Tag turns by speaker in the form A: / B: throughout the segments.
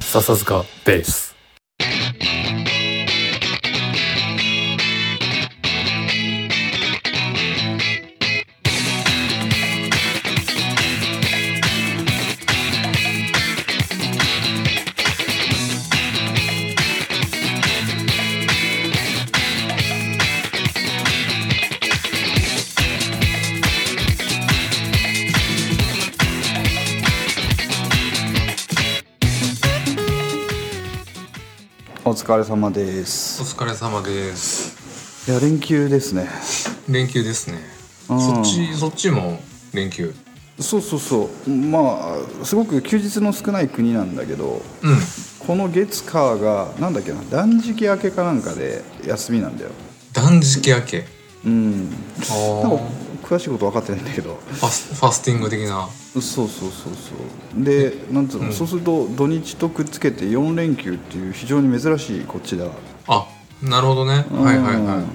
A: 笹塚ベース
B: お疲れ様で
C: お
B: す
C: 疲れ様です
B: いや連休ですね
C: 連休ですね
B: うん
C: そっちそっちも連休
B: そうそうそうまあすごく休日の少ない国なんだけど
C: うん
B: この月火がなんだっけな断食明けかなんかで休みなんだよ
C: 断食明け
B: うん
C: あ
B: なんか
C: ー
B: 詳しいこと分かってないんだけど
C: ファスファスティング的な
B: そうそうそうそうでなんつうの、そうすると土日とくっつけて4連休っていう非常に珍しいこっちでは
C: あなるほどねはいはいは
B: うん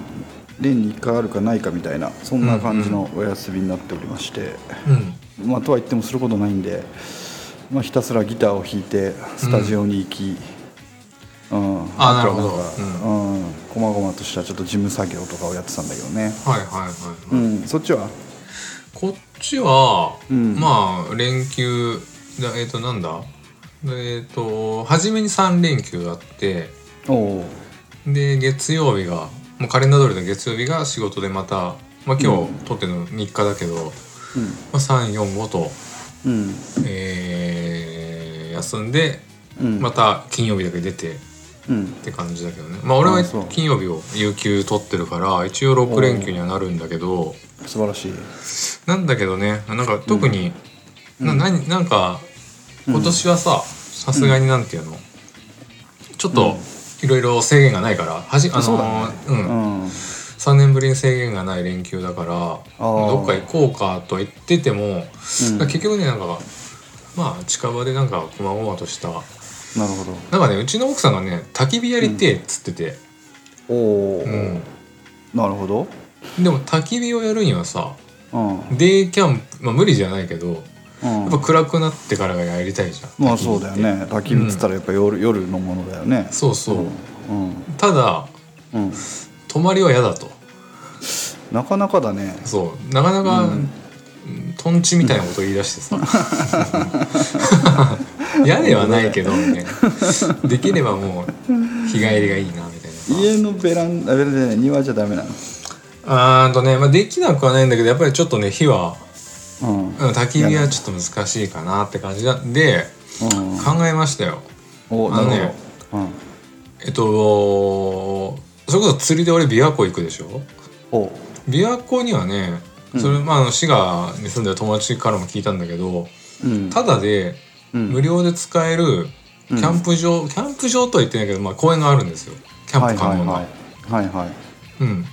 B: 年に1回あるかないかみたいなそんな感じのお休みになっておりまして、
C: いうん
B: まあ、とは言ってもすることないんで、まあ、ひたすらギターを弾いてスタジオに行き、うん
C: あ
B: とは
C: なるほど
B: なんかうんこまごまとしたちょっと事務作業とかをやってたんだけどね、
C: はいはいはい、
B: う
C: はい
B: ん、そっちは
C: こっちは、
B: ん
C: まあ連休だえっ、となんだえっ、と初めに3連休あって
B: おお
C: で月曜日がもうカレンダー通りの月曜日が仕事でまた、まあ、今日撮ってるの3日だけど、まあ、345と、
B: うん
C: えー休んで、
B: うん
C: また金曜日だけ出てっ
B: うん
C: て感じだけどねまあ俺は
B: あそう
C: 金曜日を有給取ってるから一応6連休にはなるんだけど
B: 素晴らしい
C: なんだけどねなんか特に、ななになんか今年はささすがになんていうの、ちょっといろいろ制限がないからはじあのー
B: そうだね
C: うん
B: うん
C: 3年ぶりに制限がない連休だから
B: ー
C: どっか行こうかと言ってても、
B: うん
C: 結局ねなんかまあ近場でなんかこまごまとした
B: なるほど
C: なんかねうちの奥さんがね焚き火やりてえっつってて、
B: おお、
C: うん
B: なるほど、
C: でも焚き火をやるにはさ
B: うんうん、
C: デイキャンプ、まあ、無理じゃないけどやっぱ暗くなってからがやりたいじゃん、
B: まあ
C: 焚
B: そ
C: き火っ
B: う
C: て
B: だよね焚き火っつったらやっぱ夜,、夜のものだよね
C: そうそう、
B: うん
C: ただ
B: うん
C: 泊まりは嫌だと
B: なかなかだね
C: そうなかなか、トンチみたいなこと言い出してさ 屋根はないけどみたいなできればもう日帰りがいいなみたいな
B: 家のベランダベランダじゃない庭じゃダメなの
C: あーんとね、まあ、できなくはないんだけどやっぱりちょっとね火は
B: うん
C: うん焚き火はちょっと難しいかなって感じだで
B: うん
C: 考えましたよ
B: お
C: あ
B: な
C: の
B: る
C: ね
B: ほど、
C: えっとそれこそ釣りで俺琵琶湖行くでしょ
B: うん、お
C: 琵琶湖にはねそれ、まああの滋賀に住んでる友達からも聞いたんだけど
B: うん
C: ただで
B: うん
C: 無料で使えるキャンプ場、キャンプ場とは言ってないけど、まあ、公園があるんですよキャンプ可能な、
B: はいはいはいはいはい
C: うん、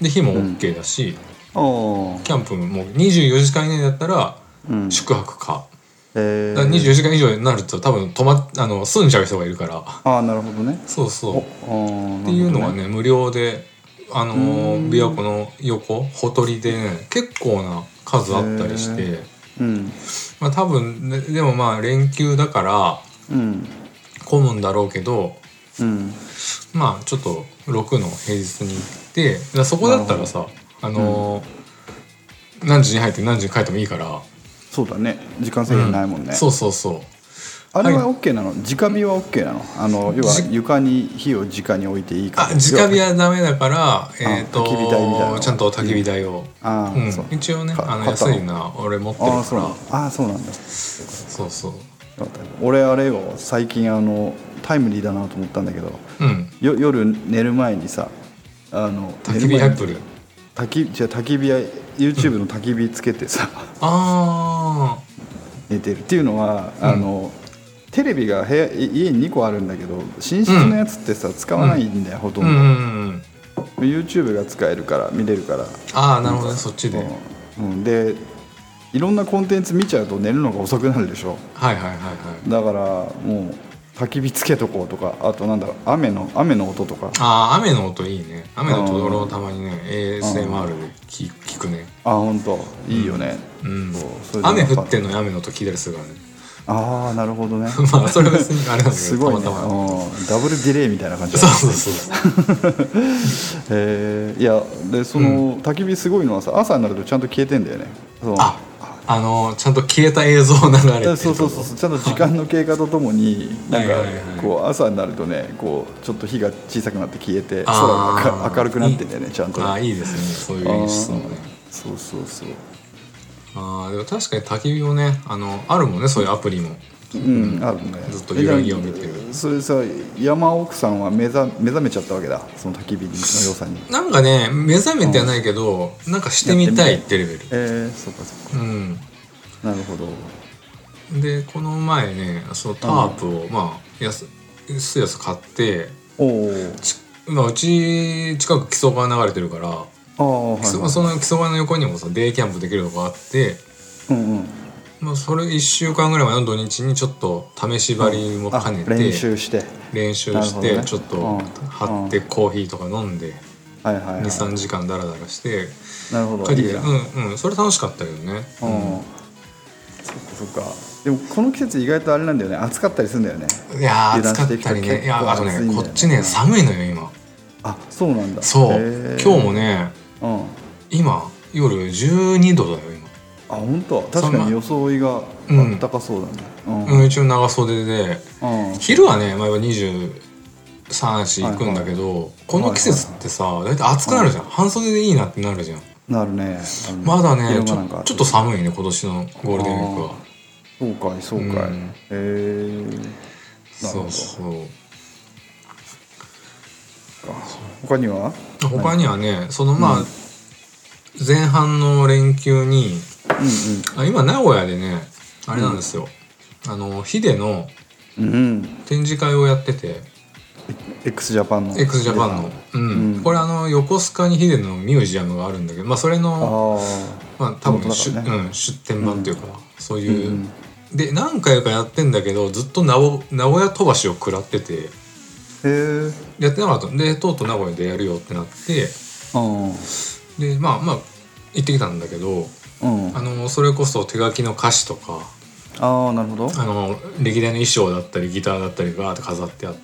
C: で火も OK だし、
B: お
C: キャンプも24時間以内だったら
B: うん
C: 宿泊か,、
B: え
C: だから
B: ー、
C: 24時間以上になると多分泊まあの住んじゃう人がいるから
B: ああなるほどね
C: そうそう
B: お
C: っ
B: お
C: ていうのが
B: は
C: ね無料であのー琵琶湖の横ほとりでね結構な数あったりして、
B: へうん
C: まあ、多分ねでもまあ連休だから
B: うん
C: 混むんだろうけど
B: うん
C: まあちょっと6の平日に行ってだからそこだったらさあのー何時に入って何時に帰ってもいいから、
B: そうだね時間制限ないもんね、
C: そうそうそう
B: あれは OK なの直火は OK なのあの要は床に火を直に置いていいか
C: あ直火はダメだからえっ、と
B: 焚き火台みたいなの
C: ちゃんと焚き火台を、
B: あ
C: う
B: あ、
C: ん
B: そう
C: 一応ね
B: か
C: あの
B: 買った
C: 安
B: の
C: いな俺持ってる
B: ああ
C: か
B: そうなんだ
C: ら
B: ああそうなんだよ
C: そうそう
B: かった俺あれよ最近あのタイムリーだなと思ったんだけど
C: うん
B: よ夜寝る前にさあの
C: 焚き火ア
B: 寝
C: プリ
B: る前に焚きじゃあ焚き火や YouTube の焚き火つけてさ、
C: あ
B: 寝てるっていうのはあの、テレビが部屋い家に2個あるんだけど寝室のやつってさ、使わないんだよほと
C: あ
B: ん
C: う
B: ど、
C: んうんうん
B: YouTube が使えるから見れるから、
C: ああなるほどねそっちではい
B: うんうんでいろんなコンテンツ見ちゃうと寝るのが遅くなるでしょ
C: はいはいはい
B: だからもう焚き火つけとこうとかあとなんだろう雨の雨の音とか
C: ああ雨の音いいね雨の
B: あ
C: 音
B: ー
C: 俺もたまにね ASMR で聞聞くね
B: あ本当いいよね、
C: うん
B: そうそれで
C: 雨降ってんのに雨の音聞いたりするからね
B: ああなるほどね
C: まあそれは別にあれなんだけ
B: す
C: ど
B: ごい
C: た
B: ね
C: またま。
B: うんダブルディレイみたいな感じ
C: そうそうそう。
B: えーいやでその、焚き火すごいのはさ朝になるとちゃんと消えてんだよねそう
C: あ、あのちゃんと消えた映像流れてる。
B: そうそうそうそうちゃんと時間の経過とともになんか
C: はいはいはい
B: こう朝になるとねこうちょっと火が小さくなって消えて空
C: あー
B: が明明るくなってんだよねちゃんとね
C: ああいいですね。そういう演出もね。
B: そうそうそう
C: ああでも確かに焚き火もねあのあるもんねそういうアプリも。
B: うんあるね
C: ずっと揺らぎを見てる
B: えでもそれさ山奥さんは目覚目覚めちゃったわけだその焚き火の良さに
C: なんかね目覚めてはないけど、なんかしてみたいってレベル。
B: えー、そっかそっ
C: うん。
B: かなるほど
C: でこの前ねそのタープを、まあ安安々買って。
B: おお
C: ちまあ、うち近く木曽川流れてるか
B: あ
C: ら、
B: あはい、
C: 木曽
B: はい、
C: その木曽川の横にもさデイキャンプできるとこがあって、
B: うんうん
C: まあ、それ1週間ぐらい前の土日にちょっと試し張りも
B: あ
C: 兼ねて、
B: 練習して
C: 練習し
B: なるほど
C: て
B: ね
C: ちょっと
B: うん
C: 張ってコーヒーとか飲んで
B: はいはい、はい、
C: 23時間ダラダラして
B: なるほど
C: 帰って
B: い
C: き
B: いじ
C: て
B: ゃん
C: うんうんそれ楽しかったけどね、
B: うんそっかそっかでもこの季節意外とあれなんだよね暑かったりするんだよね
C: いやー
B: 油断
C: 暑
B: し
C: かって
B: いくと
C: たりねいやあと
B: 結構暑いんだ
C: ね
B: よ
C: こ
B: ね
C: っちね寒いのよ今
B: あそうなんだ
C: そう今日もね
B: もうん
C: 今夜12度だよ今
B: あ本当確かに装いが
C: うん
B: 暖かそうだねうん、
C: うん、一応長袖で
B: うん
C: 昼はね前は234行くんだけど、この季節ってさ大体暑くなるじゃん、半袖でいいなってなるじゃん
B: なるねなるね
C: まだね
B: 昼
C: ち
B: 間なん
C: ょ
B: か
C: ちょっと寒いね今年のゴールデンウィークは
B: そうかいそうかい、
C: うん
B: へえなる
C: そ
B: ほど
C: うそう
B: 他には
C: 他にはねそのまあ、前半の連休にあ今名古屋でねあれなんですよ、あのヒデの
B: うんうんうん
C: 展示会をやってて
B: x ジャパンの
C: x ジャパンの、うん
B: うん
C: これあの横須賀にヒデのミュージアムがあるんだけどまあそれの
B: あ
C: まあ多分
B: 地
C: 出,、
B: 元だからね
C: うん、出店版というか、そう
B: あう
C: いう、
B: ん
C: で何回かやってんだけどずっと名古名古屋飛ばしを食らってて
B: へえ
C: やってなかったんでとうとう名古屋でやるよってなって
B: うん
C: でまあまあ行ってきたんだけど
B: うん
C: あのそれこそ手書きの歌詞とか
B: ああなるほど
C: あの歴代の衣装だったりギターだったりがーって飾ってあって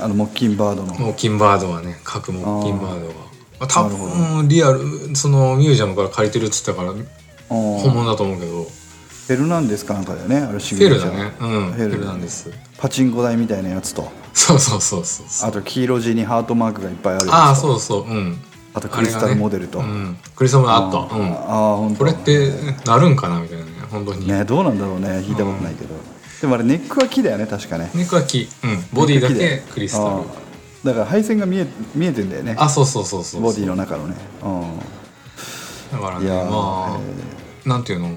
B: あのモッキンバードの
C: モッキンバードはね各モッキンバードが。まあ、多
B: なる
C: 分リアルそのミュージアムから借りてるっつったから
B: うん
C: 本物だと思うけど
B: フェルナンデスかなんかだよねあれシ
C: フ
B: グネ
C: ェ
B: チ
C: ル
B: ャー
C: だねう
B: フ
C: んフ
B: ェル
C: ェルなんです
B: パチンコ台みたいなやつと
C: そうそうそうそうそう
B: あと黄色地にハートマークがいっぱいあるやつと
C: ああそうそううん
B: あとクリスタルモデルと
C: あれがねうん、クリスタルモデルあった
B: あ
C: うん
B: あ本当
C: これってなるんかなみたいなね本当に、
B: ねどうなんだろうね聞いたことないけど、でもあれネックは木だよね確かね
C: 肉は木、うん、ボディだ
B: ネックは
C: け
B: 木よ
C: クリスタル
B: あーだから配線が見え見えてんだよね
C: あそうそうそうそう
B: ボディの中のね
C: だから
B: うんい
C: ね
B: やー
C: まあなんていうの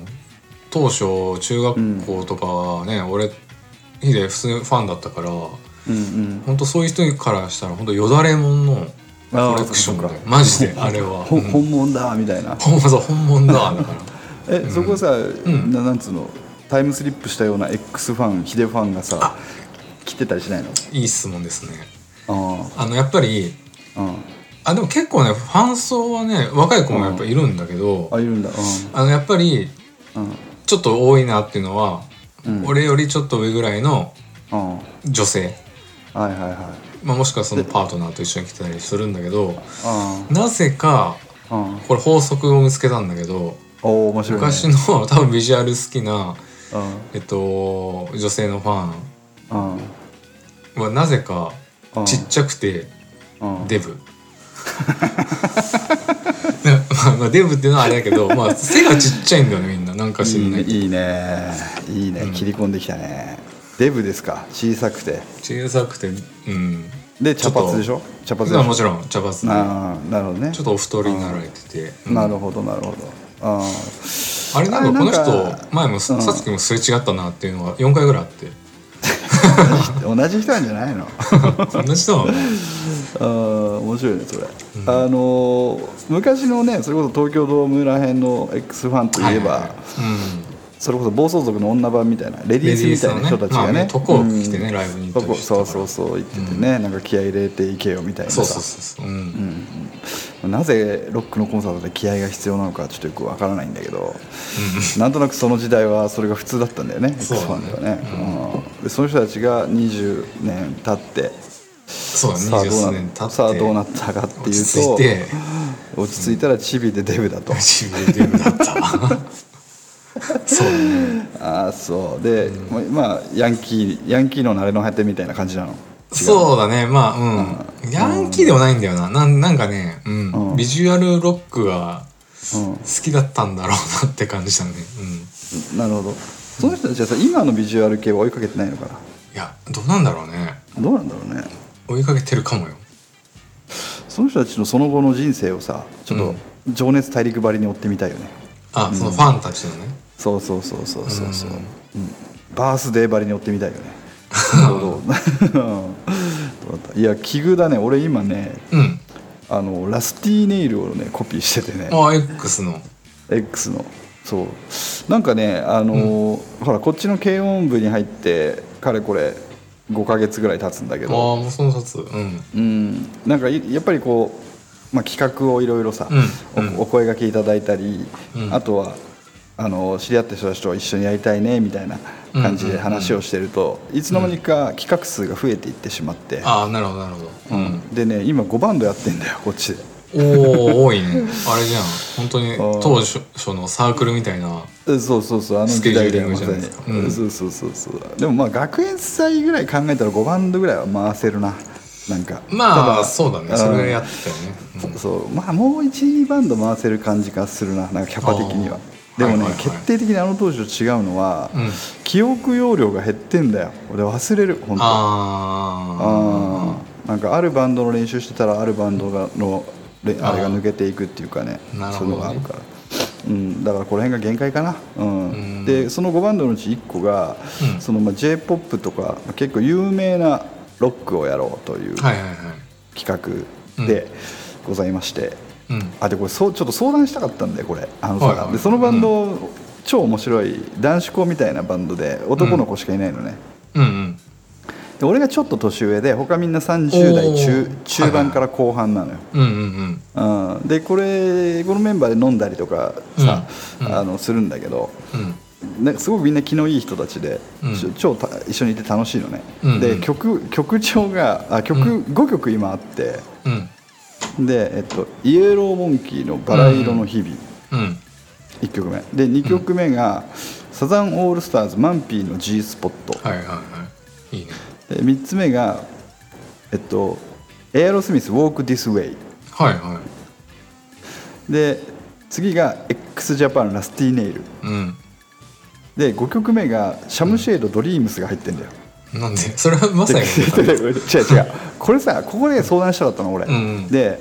C: 当初中学校とかはね、俺ヒデ普通にファンだったから
B: うんうん
C: 本当そういう人からしたら本当よだれもんのコレクションだよ
B: あーそっかそっか
C: マジであれは、
B: ほ
C: うん
B: 本物だみたいな、
C: ほんまそう本物だだから
B: えそこさ、ななんつうのタイムスリップしたような X ファンヒデファンがさ来てたりしないの
C: いい質問ですね
B: あ
C: あのやっぱり
B: あうん
C: あでも結構ねファン層はね若い子もやっぱいるんだけど、
B: あいるんだ
C: あのやっぱり
B: うんうん
C: ちょっと多いなっていうのは、
B: うん
C: 俺よりちょっと上ぐらいの
B: うんはい
C: 女性、
B: はいはい
C: まあ、もしくはそのパートナーと一緒に来てたりするんだけど
B: あ
C: なぜか
B: あうん
C: これ法則を見つけたんだけど
B: おお面白い、ね、
C: 昔の多分ビジュアル好きな、
B: うん
C: えっと、女性のファ
B: うん
C: ンはなぜか
B: うん
C: ちっちゃくて
B: うん
C: デブ。 ねまあまあ、デブっていうのはあれだけど、まあ、背がちっちゃいんだよねみんななんか知
B: い
C: ん
B: い
C: ない
B: ね
C: けど
B: いいねいいね切り込んできたね、デブですか小さくて
C: 小さくてうん
B: で茶髪でし
C: ょ
B: ょ茶髪でし
C: も
B: ょ
C: ちろん茶髪で
B: ああなるほどね
C: ちょっとお太りになられてて、うん
B: なるほどなるほどああ
C: あれなんかこの
B: あれなんか
C: 人前もさ
B: うん
C: さっきもすれ違ったなっていうのが4回ぐらいあって
B: 同じ人なんじゃないの
C: 同じだわ
B: ああ面白いねそれ、あのー昔のねそれこそ東京ドームらへんの X ファンといえば、それこそ暴走族の女版みたいなレディースみたいな人たちがね
C: レディースのねまあもう床を着てねライブに行ったり
B: 床
C: してたから
B: そうそうそう行っててね、なんか気合い入れていけよみたいな
C: そ
B: さ
C: うそうそうそう、うん
B: うなぜロックのコンサートで気合が必要なのかちょっとよくわからないんだけど、なんとなくその時代はそれが普通だったんだよね X
C: そう
B: フ
C: だ
B: ァ
C: ね
B: ンではねうんでその人たちが20年経って
C: そう
B: さあ
C: だね
B: どう
C: 23
B: な
C: 年経って
B: さあどうなったかって
C: 落
B: いう
C: ち着い
B: と
C: て
B: 落ち着いたらチビでデブだと。
C: 自分でデブだった そうだね
B: ああそうで、ままあヤンキーヤンキーの慣れの果てみたいな感じなの
C: そうだねまあうんヤンキーではないんだよななんなんかね、うん
B: うん
C: ビジュアルロックが
B: う
C: 好きだったんだろうなって感じだねうん
B: んなるほどその人たちはさ今のビジュアル系は追いかけてないのかない
C: やどうなんだろうね
B: どうなんだろうね
C: 追いかけてるかもよ
B: その人たちのその後の人生をさちょっ
C: う
B: と
C: ん
B: 情熱大陸ばりに追ってみたいよね、
C: あそのファンたちのね、
B: そうそうそうそうそうそう、
C: う
B: うんんバースデーばりに追ってみたいよねどうどうどうだった いや奇遇だね俺今ね
C: うん
B: あのラスティーネイルをねコピーしててね
C: あ X の
B: X のそうなんかねあのーほらこっちの軽音部に入ってかれこれ5ヶ月ぐらい経つんだけ
C: ああ
B: ど
C: もうその札うん
B: うんなんかいやっぱりこう、まあ、企画をいろいろさ、
C: うんうん
B: おお声がけいただいたり、
C: うん
B: あとはあの知り合った人たちと一緒にやりたいねみたいな感じで話をしてると、いつの間にか企画数が増えていってしまって、
C: ああなるほどなるほどうん
B: でね今5バンドやってんだよこっちで。
C: おお多いね あれじゃん本当に
B: ー
C: 当初のサークルみたいな
B: そうそうそうあの
C: スケ
B: 時
C: ジ
B: 代
C: ューリ
B: で
C: ン
B: ま
C: グじ
B: さ
C: ゃないですか
B: に、
C: うん
B: そうそうそうそうでもまあ学園祭ぐらい考えたら5バンドぐらいは回せるななんかた
C: まあ
B: だ
C: そうだね
B: ん
C: それぐらいやってたよね、うん
B: そうまあもう12バンド回せる感じがするななんかキャパ的には
C: あー
B: でもね、
C: はいはいはい
B: 決定的にあの当時と違うのは、
C: うん
B: 記憶容量が減ってんだよ俺忘れる本当あ
C: あ
B: ーなんかあるバンドの練習してたらあるバンドがのれ
C: あー
B: あれが抜けていくっていうかね
C: なる
B: そ
C: ほ
B: ういうの
C: どね
B: があるから、うん、だからこの辺が限界かな、うん
C: うん
B: でその5バンドのうち1個が、
C: うん
B: そのまあ j p o p とか結構有名なロックをやろうという
C: ーはい
B: 企
C: はいはい
B: 画でございまして、
C: うん
B: あでこれそうちょっと相談したかったんだよこれあのさ、
C: はいはいはい
B: でそのバンド、超面白い男子校みたいなバンドで男の子しかいないのね、
C: うんうん
B: で俺がちょっと年上で他みんな30
C: お
B: 代
C: ー
B: 中中盤から後半なのよ、
C: うんうん
B: うん、でこれこのメンバーで飲んだりとかさ、
C: うんうん
B: あのするんだけど
C: うん
B: なんかすごくみんな気のいい人たちで、
C: うん
B: ちょ超た一緒にいて楽しいのね、
C: うんうん
B: で曲曲調があ曲、5曲今あって
C: うんうん
B: で、えっと「イエローモンキーのバラ色の日々」
C: うん
B: 1曲目で2曲目が、サザンオールスターズマンピーの G スポット」
C: はいはいはいいいね
B: で3つ目が、えっと、エアロスミス「Walk This Way
C: はいは」
B: で次が x ジャパンラスティーネイル
C: いうん
B: で5曲目が「シャムシェードドリームス」が入ってんだよ、
C: なんでそれはま さ に
B: 違う違うこれさここで相談したかったの俺、
C: うんうん
B: で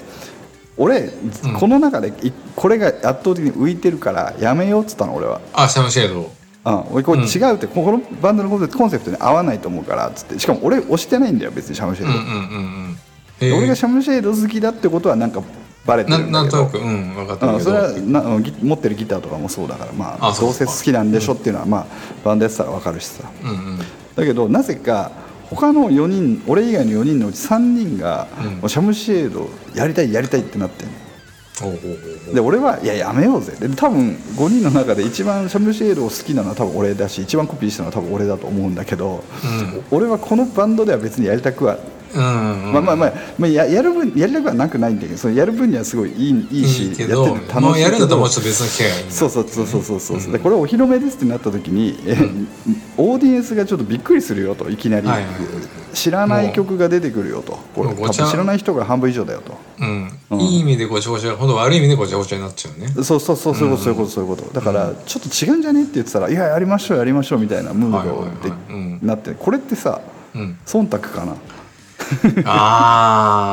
B: 俺、
C: ん
B: この中でいこれが圧倒的に浮いてるからやめようっつったの俺は
C: あシャムシェード
B: うん、俺これ違うって、このバンドのコンセプトコンセプトに合わないと思うからっつってしかも俺押してないんだよ別にシャムシェー
C: うんう
B: ド、
C: んうんうん
B: で
C: え
B: 俺がシャムシェード好きだってことはなんかバレて
C: な
B: るんだ
C: なん
B: け
C: と
B: ど
C: なくうん分かった
B: うん、
C: け
B: そ
C: ど
B: れはなうんギ持ってるギターとかもそうだからまあ
C: あそう
B: ど
C: か
B: うせ好きなんでしょっていうのは、まあ、バンドやってたら分かるしさ
C: うんうん
B: だけどなぜか他の4人俺以外の4人のうち3人が、
C: うん
B: もうシャムシェードやりたいやりたいってなってんの
C: おうおうおうおう
B: で俺はいややめようぜで多分5人の中で一番シャムシェードを好きなのは多分俺だし一番コピーしたのは多分俺だと思うんだけど、俺はこのバンドでは別にやりたくは、
C: うんうん
B: まあまあまあ、まあ、ややる分やりたくはなくないんだけどそのやる分にはすごいいいいいし
C: いいけど
B: やってて楽しいけど、
C: まあ、やるんだったらもうちょっと別の機会がいいな
B: そうそうそうそうそうそう、でこれお披露目ですってなった時に、えオーディエンスがちょっとびっくりするよといきなり、
C: はいはいは
B: 知らない曲が出てくるよとこれ多
C: もう
B: 分
C: ごちゃ
B: 知らない人が半分以上だよと
C: うんいい意味でごちゃごちゃほど悪い意味でごちゃごちゃになっちゃうね
B: そうそうそうそういうことそういうことそういうことだからちょっと違うんじゃねって言ってたら「いややりましょうやりましょう」みたいなムード
C: はいはいはいうん
B: でなってこれってさ
C: うん
B: 忖度かな
C: あ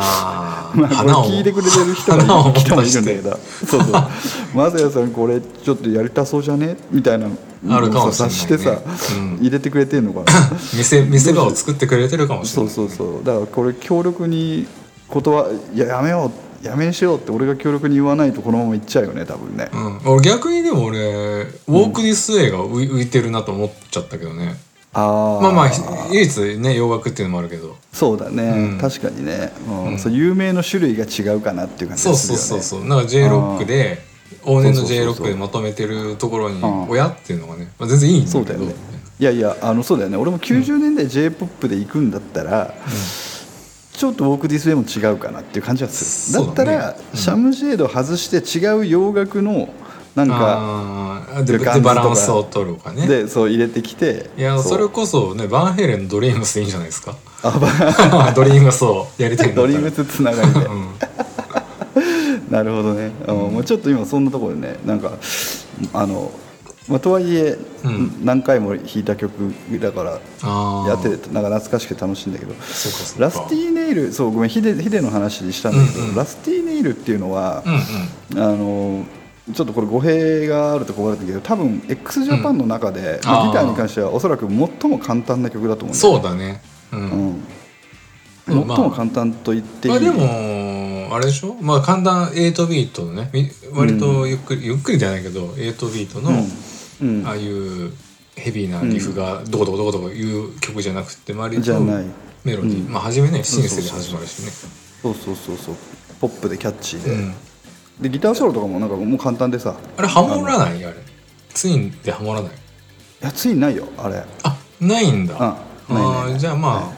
C: あ
B: まあ、これ聞いてくれてる人がいる人もいるんだけどそうそう まさやさんこれちょっとやりたそうじゃねみたいな
C: あるかもしれな
B: 察
C: いね
B: してさ、
C: うん
B: 入れてくれてんのかな
C: 見せ見せ場を作ってくれてるかもしれ
B: そ
C: な
B: う
C: い
B: そうそうだからこれ強力に断いややめようやめにしようって俺が強力に言わないとこのままいっちゃうよね多分ね、
C: うん、俺逆にでも俺「ウォーク・ディス・ウェイ」が浮い浮いてるなと思っちゃったけどね、
B: あー
C: まあまあ唯一ね洋楽っていうのもあるけど
B: そうだね、
C: ん
B: 確かにね、うんそう有名の種類が違うかなっていう感じ
C: そ
B: が
C: う
B: する
C: そう
B: よね
C: そうそうなんか J ロックで往年の
B: そうそう
C: J
B: そ
C: ロ
B: う
C: ッ
B: そ
C: ク
B: う
C: でまとめてるところに
B: ん
C: 親っていうのがね、まあ、全然いいんだけ
B: そう
C: ど
B: だよねいやいやあのそうだよね俺も90年代 j p o p で行くんだったら、ちょっとウォーク・ディス・ウェイも違うかなっていう感じがするだ
C: そ
B: っ
C: う
B: た
C: だね
B: ら、シャムシェード外して違う洋楽のなんか
C: あーで
B: ルカンズ
C: で
B: とか
C: バランスを取るかね
B: でそう入れてきて
C: いや
B: う
C: それこそねバンヘイレンのドリームスいいんじゃないですか
B: あば
C: ドリームスをやりたいんだ
B: ド
C: った
B: リ
C: ら
B: ームズつながりで
C: うん
B: なるほどね、あのもうちょっと今そんなところでねなんかあの、まあ、とはいえ、
C: ん
B: 何回も弾いた曲だから
C: あー
B: やっててなんか懐かしくて楽しいんだけど
C: そうかそうか
B: ラスティネイルそうごめんヒデヒデの話にしたんだけど、
C: うんうん
B: ラスティネイルっていうのは
C: う、んうん
B: あのちょっとこれ語弊があると困るんだけど多分 x ジャパンの中で、まあ
C: あー
B: ギターに関してはおそらく最も簡単な曲だと思うんだよ
C: そうだねうん、
B: うん
C: うんまあ
B: 最も簡単と言っていい、
C: まあでもあれでしょまあ簡単8ビートのねみ割とゆっくり、ゆっくりじゃないけど8ビートの、
B: うん、
C: ああいうヘビーなリフがどこどこどこどこいう曲じゃなくて割
B: じゃ
C: と
B: ない
C: メロディー、まあ初めねシンセで始まるしね
B: そうそうそうそうポップでキャッチーで,、
C: うん
B: でギターソロとかもなんかもう簡単でさ
C: あれハモらないあれツインでハモらない
B: いやついないよあれ
C: あないんだ、
B: うん
C: あ
B: ないない
C: ーじゃあまあ、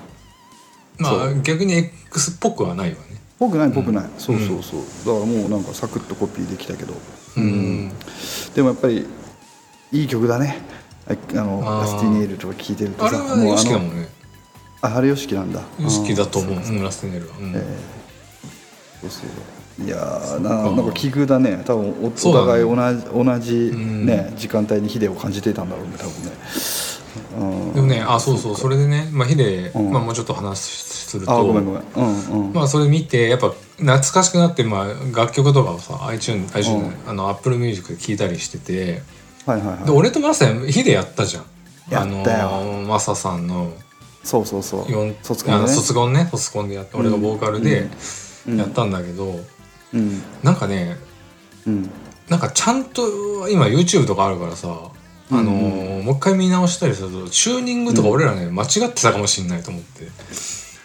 C: まあ逆に X っぽくはないわね
B: ぽくないぽくない、そうそうそうだからもうなんかサクッとコピーできたけど
C: うん
B: でもやっぱりいい曲だねああの
C: あー
B: ラスティネイルとか聴いてると
C: あれ
B: さ
C: はね
B: う
C: ヨ
B: あ
C: シキだも
B: の
C: んね
B: ああれ YOSHIKI なんだ
C: ヨシキだ
B: うん
C: と思ううんラステネルは、うん
B: そうそういやーななんか奇遇だね多分おお互い
C: そ
B: 同じ,、同じ
C: ん
B: ね、時間帯にヒデを感じていたんだろうね多分ねうん
C: でもねあそうそうそれでね、まあ、ヒデ、
B: ん
C: まあ、もうちょっと話すると
B: あごめんごめんうんうん
C: まあそれ見てやっぱ懐かしくなって、まあ、楽曲とかをさ iTunes, iTunes、あの Apple Music で聴いたりしてて
B: はいはい
C: で
B: はい
C: 俺とマサヒデやったじゃん
B: やったよ
C: あのマサさんの
B: そうそうそう
C: 四
B: 卒
C: あ
B: 業
C: の
B: ね
C: 卒コンね卒コンでやって俺がボーカルで
B: ん
C: やったんだけど、
B: うん
C: なんかね
B: うん
C: なんかちゃんと今 YouTube とかあるからさあのもう一回見直したりするとチューニングとか俺らね、間違ってたかもしれないと思って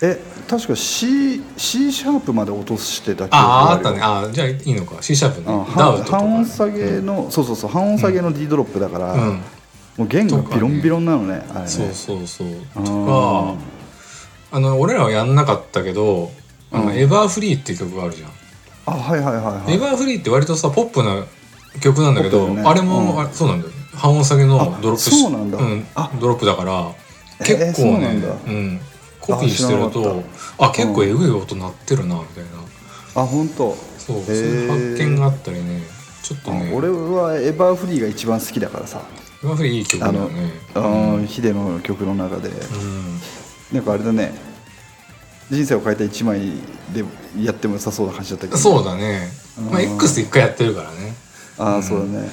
B: え確か C, C シャープまで落としてた記憶
C: あああ
B: る
C: ったねあーじゃあいいのか C シャープ
B: うん
C: のダ
B: 半
C: ウトとか
B: 半音下げの、そうそうそう半音下げの D ドロップだから、
C: うん
B: もう弦がビロンビロンなのねあれね
C: そうそうそうと
B: ー
C: かあの俺らはやんなかったけど「あのエバーフリー」っていう曲があるじゃん、
B: あはいはいはいはい
C: エバーフリーって割とさポップな曲なんだけ
B: ポ
C: ど
B: ップだよね
C: あれも、
B: うん
C: あそうなんだよ半音下げのドロップし
B: そうなんだあ
C: ドロップだから
B: えー
C: 結構ね、
B: そうなんだ
C: うんコピーしてる
B: あ知らなか
C: とあ結構えぐい音鳴ってるなみたいな、
B: あ本当。
C: そう
B: へー
C: そういう発見があったりねちょっとね
B: 俺はエバーフリーが一番好きだからさ
C: エバーフリーいい曲だ
B: あ
C: よ
B: の、
C: ね
B: うんヒデの曲の中で、
C: うん
B: なんかあれだね人生を変えた一枚でやっても良さそうな感じだったけど
C: そうだね、まあ、X で一回やってるからね
B: ああそうだね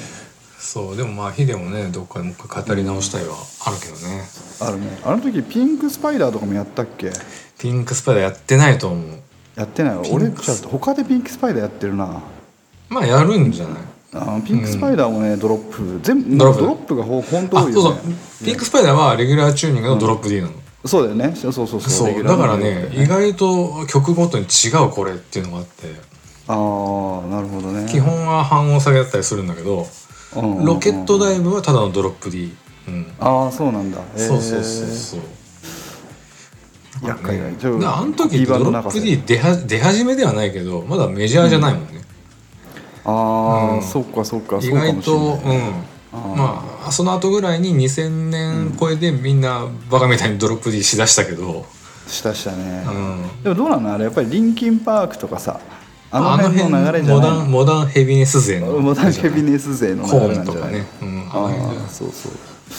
C: そうでもまあヒデもねどっかでもう一回語り直したいはあるけどね、
B: あるねあの時ピンクスパイダーとかもやったっけ
C: ピンクスパイダーやってないと思う
B: やってないわ
C: ピンク
B: 俺ちょっと他でピンクスパイダーやってるな
C: まあやるんじゃない
B: あーピンクスパイダーもね、ドロップ全部
C: ドロップ
B: ドロップがほほんと
C: あ
B: 多
C: そ
B: いう
C: そ
B: よ
C: う
B: ね
C: ピンクスパイダーはレギュラーチューニングのドロップ D なの、
B: そうだよねそうそうそうレ
C: そ
B: ギュ
C: う
B: ラ
C: だ
B: ーの
C: からね意外と曲ごとに違うこれっていうのがあって
B: ああなるほどね
C: 基本は半音下げだったりするんだけど
B: うんうんうん
C: ロケットダイブはただのドロップ D うん
B: ああそうなんだ
C: そうそうそうそう
B: う厄介だね
C: ねだからあの時ドロップ D 出は出始めではないけどまだメジャーじゃないもんね、
B: ああ、
C: うん
B: そっかそっか
C: 意
B: そうか
C: 外
B: もしれ
C: と
B: ないね
C: うんまあその後ぐらいに2000年超えでみんなバカみたいにドロップ D しだしたけど、
B: したしたね
C: う、ん
B: でもどうなのあれやっぱりリンキンパークとかさあの辺の流れじゃ
C: モ
B: ない
C: ダンモダンヘビネス勢の
B: モダンケビネス勢の
C: コ
B: 流れ
C: ー
B: な
C: ン
B: んじ
C: と
B: ゃな
C: か
B: い
C: ね、うん、あの辺
B: ああそうそう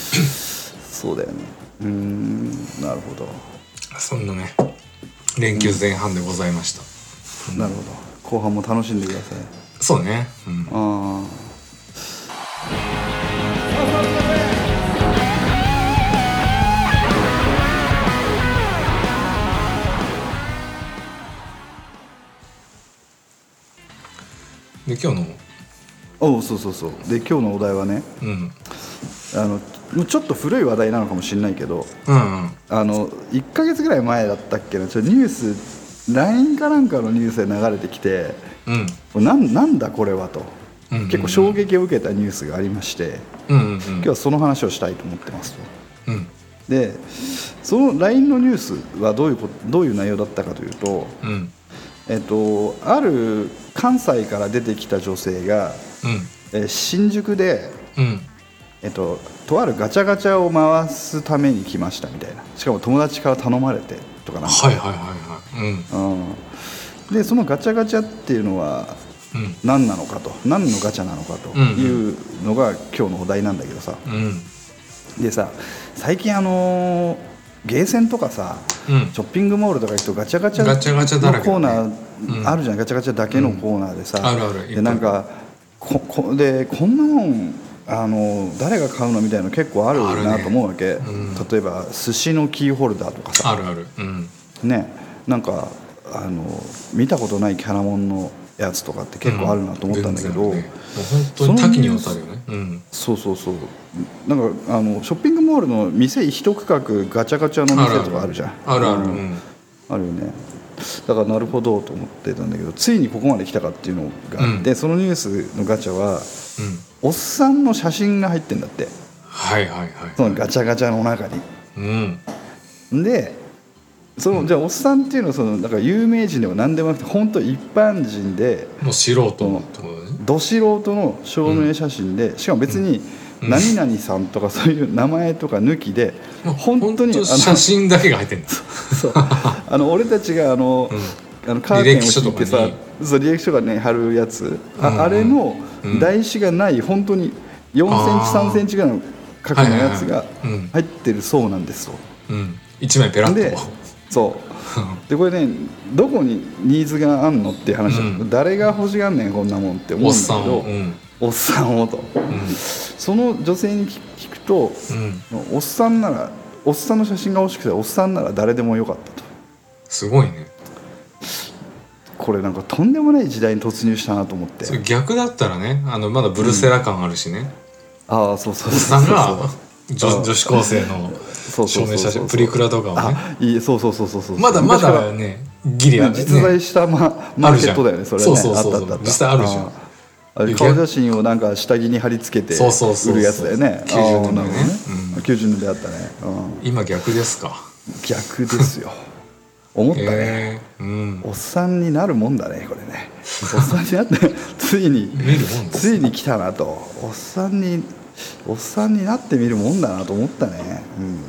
B: そうだよねうーんなるほど
C: そんなね連休前半でございました、
B: なるほど後半も楽しんでください
C: そうね、うん
B: ああ
C: で今日の
B: おうそうそうそうで今日のお題はね
C: うん
B: あのもうちょっと古い話題なのかもしれないけど
C: うんうん
B: あの1か月ぐらい前だったっけなちょっとニュース LINE かなんかのニュースで流れてきて
C: うん
B: なんなんだこれはと
C: うんうんうん
B: 結構衝撃を受けたニュースがありまして
C: うんうん
B: 今日はその話をしたいと思ってますと。
C: うんうん
B: でその LINE のニュースはどういうことどういう内容だったかというと、
C: うん
B: えっと、ある関西から出てきた女性が、
C: うん
B: えー新宿で、
C: うん
B: えっと、とあるガチャガチャを回すために来ましたみたいなしかも友達から頼まれてとかなんか、
C: はいはいはいはいうん
B: うん、でそのガチャガチャっていうのは
C: うん
B: 何なのかと何のガチャなのかというのが今日のお題なんだけどさ
C: うん
B: でさ最近あのーゲーセンとかさ
C: うん
B: ショッピングモールとか行くとガチャガチャ
C: ガチャガチャだら
B: の
C: け
B: コー
C: だね
B: ナ
C: う
B: ー
C: ん
B: あるじゃん、ガチャガチャだけのコーナーでさ、
C: うんあるあるいっぱ
B: で
C: い
B: なんかここでこんなもんあの誰が買うのみたいなの結構ある
C: あるね
B: なと思うわけ、
C: うん
B: 例えば寿司のキーホルダーとかさ
C: あるあるうん
B: ねなんかあの見たことないキャラモンのやつとかって結構あるなと思ったんだけど、
C: う全然あるねもう本当に多岐にわたるよねうん
B: そうそうそうなんかあのショッピングモールの店一区画ガチャガチャの店とかあるじゃん
C: あるあるう
B: うん
C: ん
B: あるよねだからなるほどと思ってたんだけどついにここまで来たかっていうのがあって、そのニュースのガチャは
C: うん
B: おっさんの写真が入ってんだって
C: はいはいはい
B: そのガチャガチャの中に。
C: うん
B: でそのじゃあおっさんっていうのはそのなんか有名人でも何でもなくて本当一般人で
C: もう素人ってことだね
B: ど素人の証明写真で、しかも別に
C: うん
B: 何々さんとかそういう名前とか抜きで、
C: もう
B: 本当にあの
C: 写真だけが入ってんだ
B: そう あの俺たちがあの、あのカーテンを引いて
C: 履
B: さ
C: 歴書と
B: そう履歴書がね貼るやつ、あ
C: うんうん
B: あれの
C: うん
B: 台紙がない本当に4セン
C: あ
B: チ
C: ー
B: 3センチぐらいの角のやつが
C: はいはいはいうん
B: 入ってるそうなんですと。
C: うん一枚ペラッ
B: で
C: と
B: そ うでこれねどこにニーズがあんのっていう話、
C: うん
B: 誰が欲しがんねんこんなもんって思
C: お
B: う
C: っ
B: んだ
C: さ
B: け
C: ん
B: ど
C: をうん
B: おっさんをと
C: う
B: その女性に聞聞くと
C: んうん
B: おっさんならおっさんの写真が欲しくておっさんなら誰でもよかったと
C: すごいね
B: これなんかとんでもない時代に突入したなと思って
C: それ逆だったらねあのまだブルセラ感あるしね
B: ああそうそう
C: お
B: そ
C: っさ
B: うんそう
C: が女女子高生の
B: そうそうそう
C: 証明写真プリクラとかをね
B: あいいそうそうそうそうそう
C: まだま
B: 昔
C: だ
B: か
C: ねギリ
B: ら
C: あ
B: ね
C: る
B: 実在
C: ね
B: したまマ
C: ある
B: ー
C: じ
B: ケ
C: ゃ
B: ット
C: ん
B: だよねそれね
C: そうそうそうそう
B: あったあった
C: 実際あるじゃん
B: ああれ顔写真をなんか下着に貼り付けて
C: そうそうそうそう
B: 売るやつだよねああ
C: 90年代ね
B: なるほど
C: う
B: 90年代あったね、うん、
C: 今逆ですか
B: 逆ですよ思ったね、
C: へえうん
B: おっさんになるもんだねこれねおっさんになってついに
C: 見るもんです
B: ついに来たなとおっさんにおっさんになってみるもんだなと思ったね、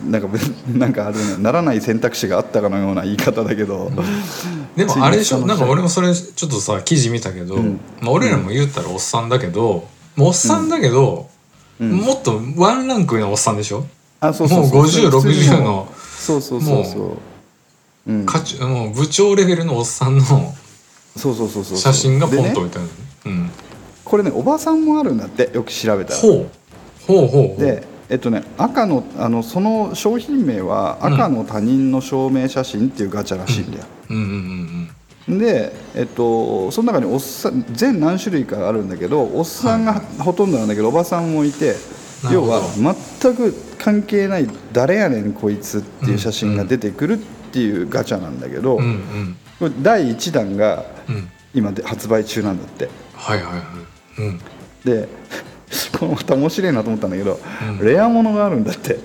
B: うん、なんか別なんかあるねならない選択肢があったかのような言い方だけど、
C: でもあれでしょ
B: ついに
C: なんか俺もそれちょっとさ記事見たけど、
B: ん
C: まあ、俺らも言ったらおっさんだけど、もうおっさんだけど、
B: うん
C: もっとワンランク上のおっさんでしょ
B: あそうそうそう
C: もう50 60の
B: そうそうそうそう
C: も
B: うん
C: 課長もう部長レベルのおっさんの
B: そうそうそうそう
C: 写真がポンと
B: で
C: 置
B: ね
C: いてあるの、うん、
B: これねおばさんもあるんだってよく調べたら
C: ほうほうほうほう
B: でえっとね赤のあのその商品名は赤の他人の証明写真っていうガチャらしいんだよ、
C: うんうんうん
B: で、えっと、その中におっさん全何種類かあるんだけどおっさんがほとんどなんだけど、おばさんもいて
C: なる
B: 要
C: ほど
B: は全く関係ない「誰やねんこいつ」っていう写真が出てくるっていうガチャなんだけど、
C: うんうんうん
B: これ第1弾が
C: うん
B: 今で発売中なんだって
C: はいはいはいうん
B: でこれまた面白いなと思ったんだけど、
C: うん
B: レアものがあるんだって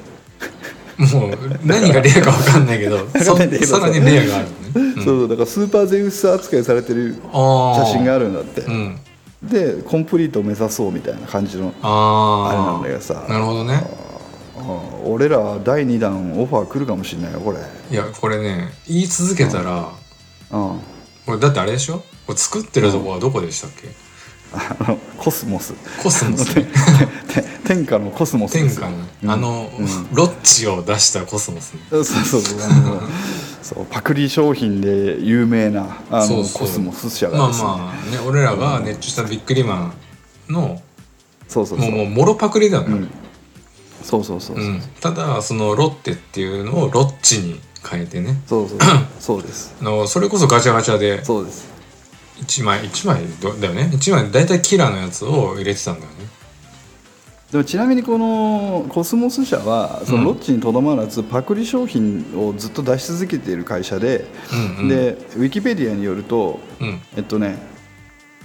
C: もう何がレアか分かんない け
B: か
C: ど
B: んないけど
C: そさらにレアがあるのね、
B: そうそうだからスーパーゼウス扱いされてる
C: ああ
B: 写真があ
C: る
B: るんだって、
C: うん
B: でコンプリートを目指そうみたいな感じの
C: あ
B: あれ
C: あ
B: なんだけどさ
C: なるほどね
B: あ俺らは第2弾オファー来るかもしれないよこれ
C: いやこれね言い続けたら、
B: うん
C: これだってあれでしょこれ作ってるとこはどこでしたっけ、
B: あのコス モス
C: コスモ スね
B: て天下のコスモスで
C: 天
B: す
C: 下の、
B: うん
C: あの、ロッチを出したコスモスね
B: そうそうそうあのそうパクリ商品で有名なあの
C: そうそう
B: コスモス社
C: ま
B: が
C: あ
B: ですね、
C: まあね俺らが熱中したビックリマンの、
B: そうそうそ
C: もう
B: う
C: もうもろパクリだよね、
B: うんそうそうそうそううん
C: ただそのロッテっていうのをロッチに変えてね
B: そう そうそうです
C: あのそれこそガチャガチャで
B: そうです
C: 1枚1枚どだよね1枚大体キラーのやつを入れてたんだよね
B: でもちなみにこのコスモス社はそのロッチにとどまらずパクリ商品をずっと出し続けている会社で、
C: うんうん
B: でウィキペディアによると、
C: うん
B: えっとね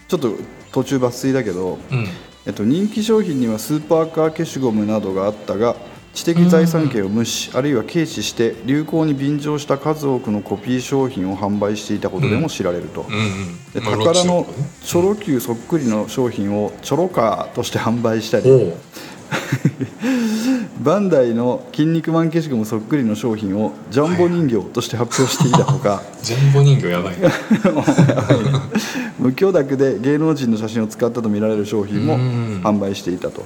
B: ちょっと途中抜粋だけど、
C: うん
B: えっと、人気商品にはスーパーカー消しゴムなどがあったが知的財産権を無視、あるいは軽視して流行に便乗した数多くのコピー商品を販売していたことでも知られると。
C: うんう
B: で
C: んまあ
B: 宝
C: ロッチ
B: の
C: とかね
B: チョロ Q そっくりの商品をチョロカーとして販売したり、
C: おう
B: バンダイの筋肉マン消しゴムそっくりの商品をジャンボ人形として発表していたほか
C: ジャンボ人形 やばいね
B: 無許諾で芸能人の写真を使ったとみられる商品も
C: うん
B: 販売していたと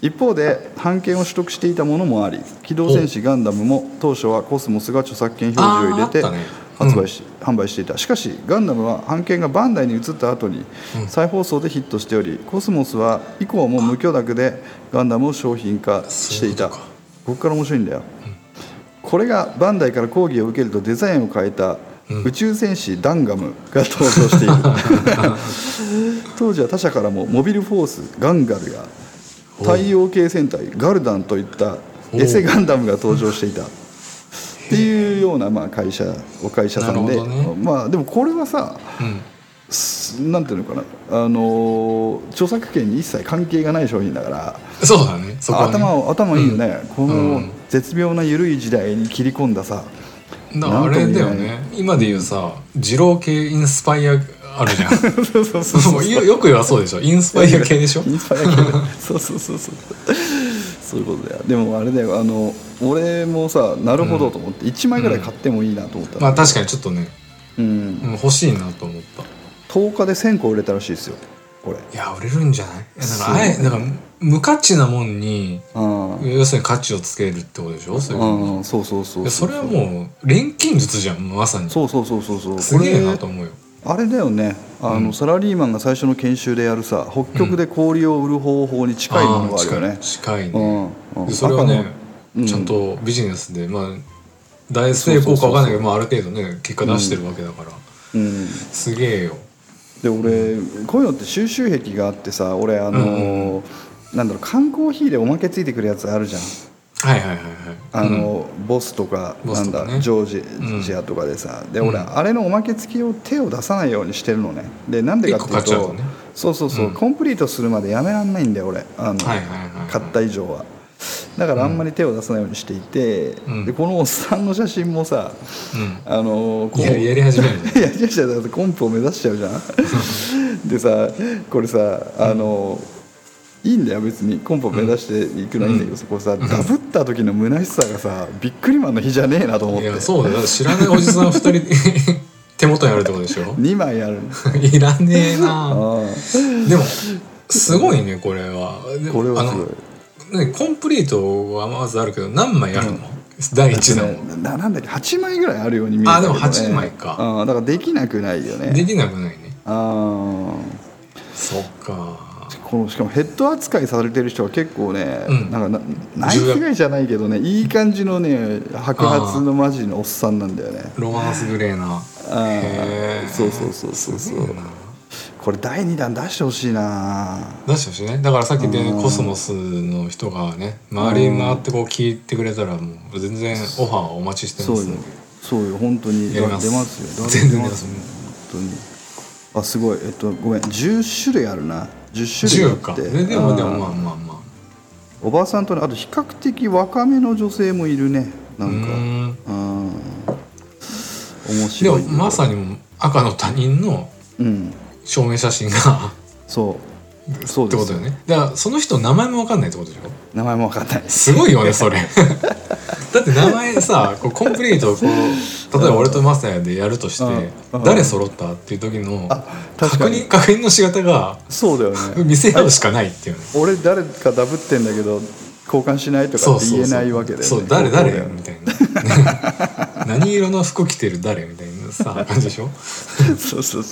B: 一方で版権を取得していたものもあり「機動戦士ガンダム」も当初はコスモスが著作権表示を入れて
C: あーあったね
B: 発売し、販売していたしかしガンダムは版権がバンダイに移った後に再放送でヒットしており、コスモスは以降も無許諾でガンダムを商品化していた
C: そういうことか
B: ここから面白いんだよ、これがバンダイから抗議を受けるとデザインを変えた宇宙戦士ダンガムが登場している 当時は他社からもモビルフォースガンガルや太陽系戦隊ガルダンといったエセガンダムが登場していたっていうようなまあ会社お会社さんで、
C: なるほど
B: まあでもこれはさ
C: うん
B: すなんていうのかなあのー著作権に一切関係がない商品だから
C: そうだねそこはね
B: 頭を頭いいよね、こ
C: う
B: の
C: ん
B: 絶妙な緩い時代に切り込んださ
C: だからあれだよね今で言うさ二郎系インスパイアあるじ ゃん
B: そうそうそう
C: そうよよく言わそうでしょインスパイア系 でしょ
B: インスパイア系だそうそうそうそうそういうことだよでもあれだよあの俺もさなるほどと思って1枚ぐらい買ってもいいなと思ったの、
C: まあ確かにちょっとね
B: うん
C: うん欲しいなと思った
B: 10日で1000個売れたらしいですよこれ
C: いや売れるんじゃないいやだからあえ
B: そう
C: だから無価値なもんに
B: あ
C: 要するに価値をつけるってことでしょそ
B: あ
C: れい
B: うんそうそうそう
C: やそれはもう錬金術じゃんまさに
B: そうそうそうそうそう
C: すげえなと思うよ
B: あれだよねあの、サラリーマンが最初の研修でやるさ北極で氷を売る方法に近いものがあるよ
C: あー
B: ね、
C: 近い近い
B: うん
C: ね
B: うん
C: でそれは
B: 赤
C: ね
B: の、うん
C: ちゃんとビジネスでまあ大成功かわかんないけどまあある程度ね結果出してるわけだから、
B: うん
C: すげえよ
B: で俺こういうのって収集癖があってさ俺あのーなんだろう缶コーヒーでおまけついてくるやつあるじゃん
C: はいはいはいはい
B: あの、ボスとか
C: ボ
B: な
C: ス
B: ん
C: とか
B: だ、
C: ね
B: ジョ
C: う
B: ー
C: ん
B: ジジアとかでさ、で俺あれのおまけ付きを手を出さないようにしてるのねでなんでかっていう
C: 一個買っちゃう
B: と
C: とね
B: そうそうそう、
C: うん
B: コンプリートするまでやめらんないんだよ俺あの、
C: はいはいはいはい
B: 買った以上はだからあんまり手を出さないようにしていて、
C: ん
B: でこのおっさんの写真もさ、あのー
C: うん、
B: こ
C: いや
B: う
C: やり始めるね
B: いやいやいやだってコンプを目指しちゃうじゃ んでさこれさあの、いいんだよ別にコンプを目指していくのはいいんだけど、そこさダブった時の虚しさがさビックリマンの日じゃねえなと思っ
C: い
B: て
C: やそうだよだって知らないおじさん二人 手元にあるってことでしょ
B: 2枚ある
C: いらねえな
B: あ
C: でもすごいねこれはで
B: あこれはすごい
C: あのねコンプリートはまずあるけど何枚あるの、第一弾は
B: ねななんだっけ8枚ぐらいあるように見える
C: あでも8枚か
B: あだからできなくないよね
C: できなくないね
B: あ
C: そっか
B: あこのしかもヘッド扱いされてる人は結構ね、
C: うん
B: なんかなナイスガイじゃないけどねいい感じのね白髪のマジのおっさんなんだよね
C: ロマンスグレーな
B: ああ
C: へえ
B: そうそうそうそうそうこれ第2弾出してほしいな
C: 出してほしいねだからさっきでコスモスの人がね周りに回ってこう聞いてくれたらもう全然オファーをお待ちして
B: そ
C: ま
B: う
C: す
B: よ
C: ので
B: そうよ本当に
C: やります
B: 出ますよ
C: 全然出ます
B: 本当にあすごいえっとごめん10種類あるな10種類あ
C: 10
B: っ
C: か
B: て
C: ででも
B: あ
C: でも
B: ー
C: まあまあま
B: おばさんとねあと比較的若めの女性もいるねな
C: あうん
B: か
C: ーん
B: うん面
C: でも
B: 白い
C: まさにもう赤の他人の
B: うん
C: 証明写真が
B: そうそう
C: って
B: で
C: こ
B: す
C: とよねだからその人の名前も分かんないってことでしょ
B: 名前も分かんないです
C: すごいよねそれ だって名前さこうコンプリートをこう例えば俺とマサヤでやるとし
B: うん
C: て誰揃ったっていう時の
B: あ確
C: 確
B: かに
C: 認確認の仕方が
B: そうだよね
C: 見せ合うしかないっていうね
B: 俺誰かダブってんだけど交換しないとか
C: そう
B: って
C: そう
B: 言え
C: そう
B: ないわけで、ね、
C: そう誰誰
B: そうだよね
C: みたい な何色の服着てる誰みたいなさ感じでしょ
B: そうそうそう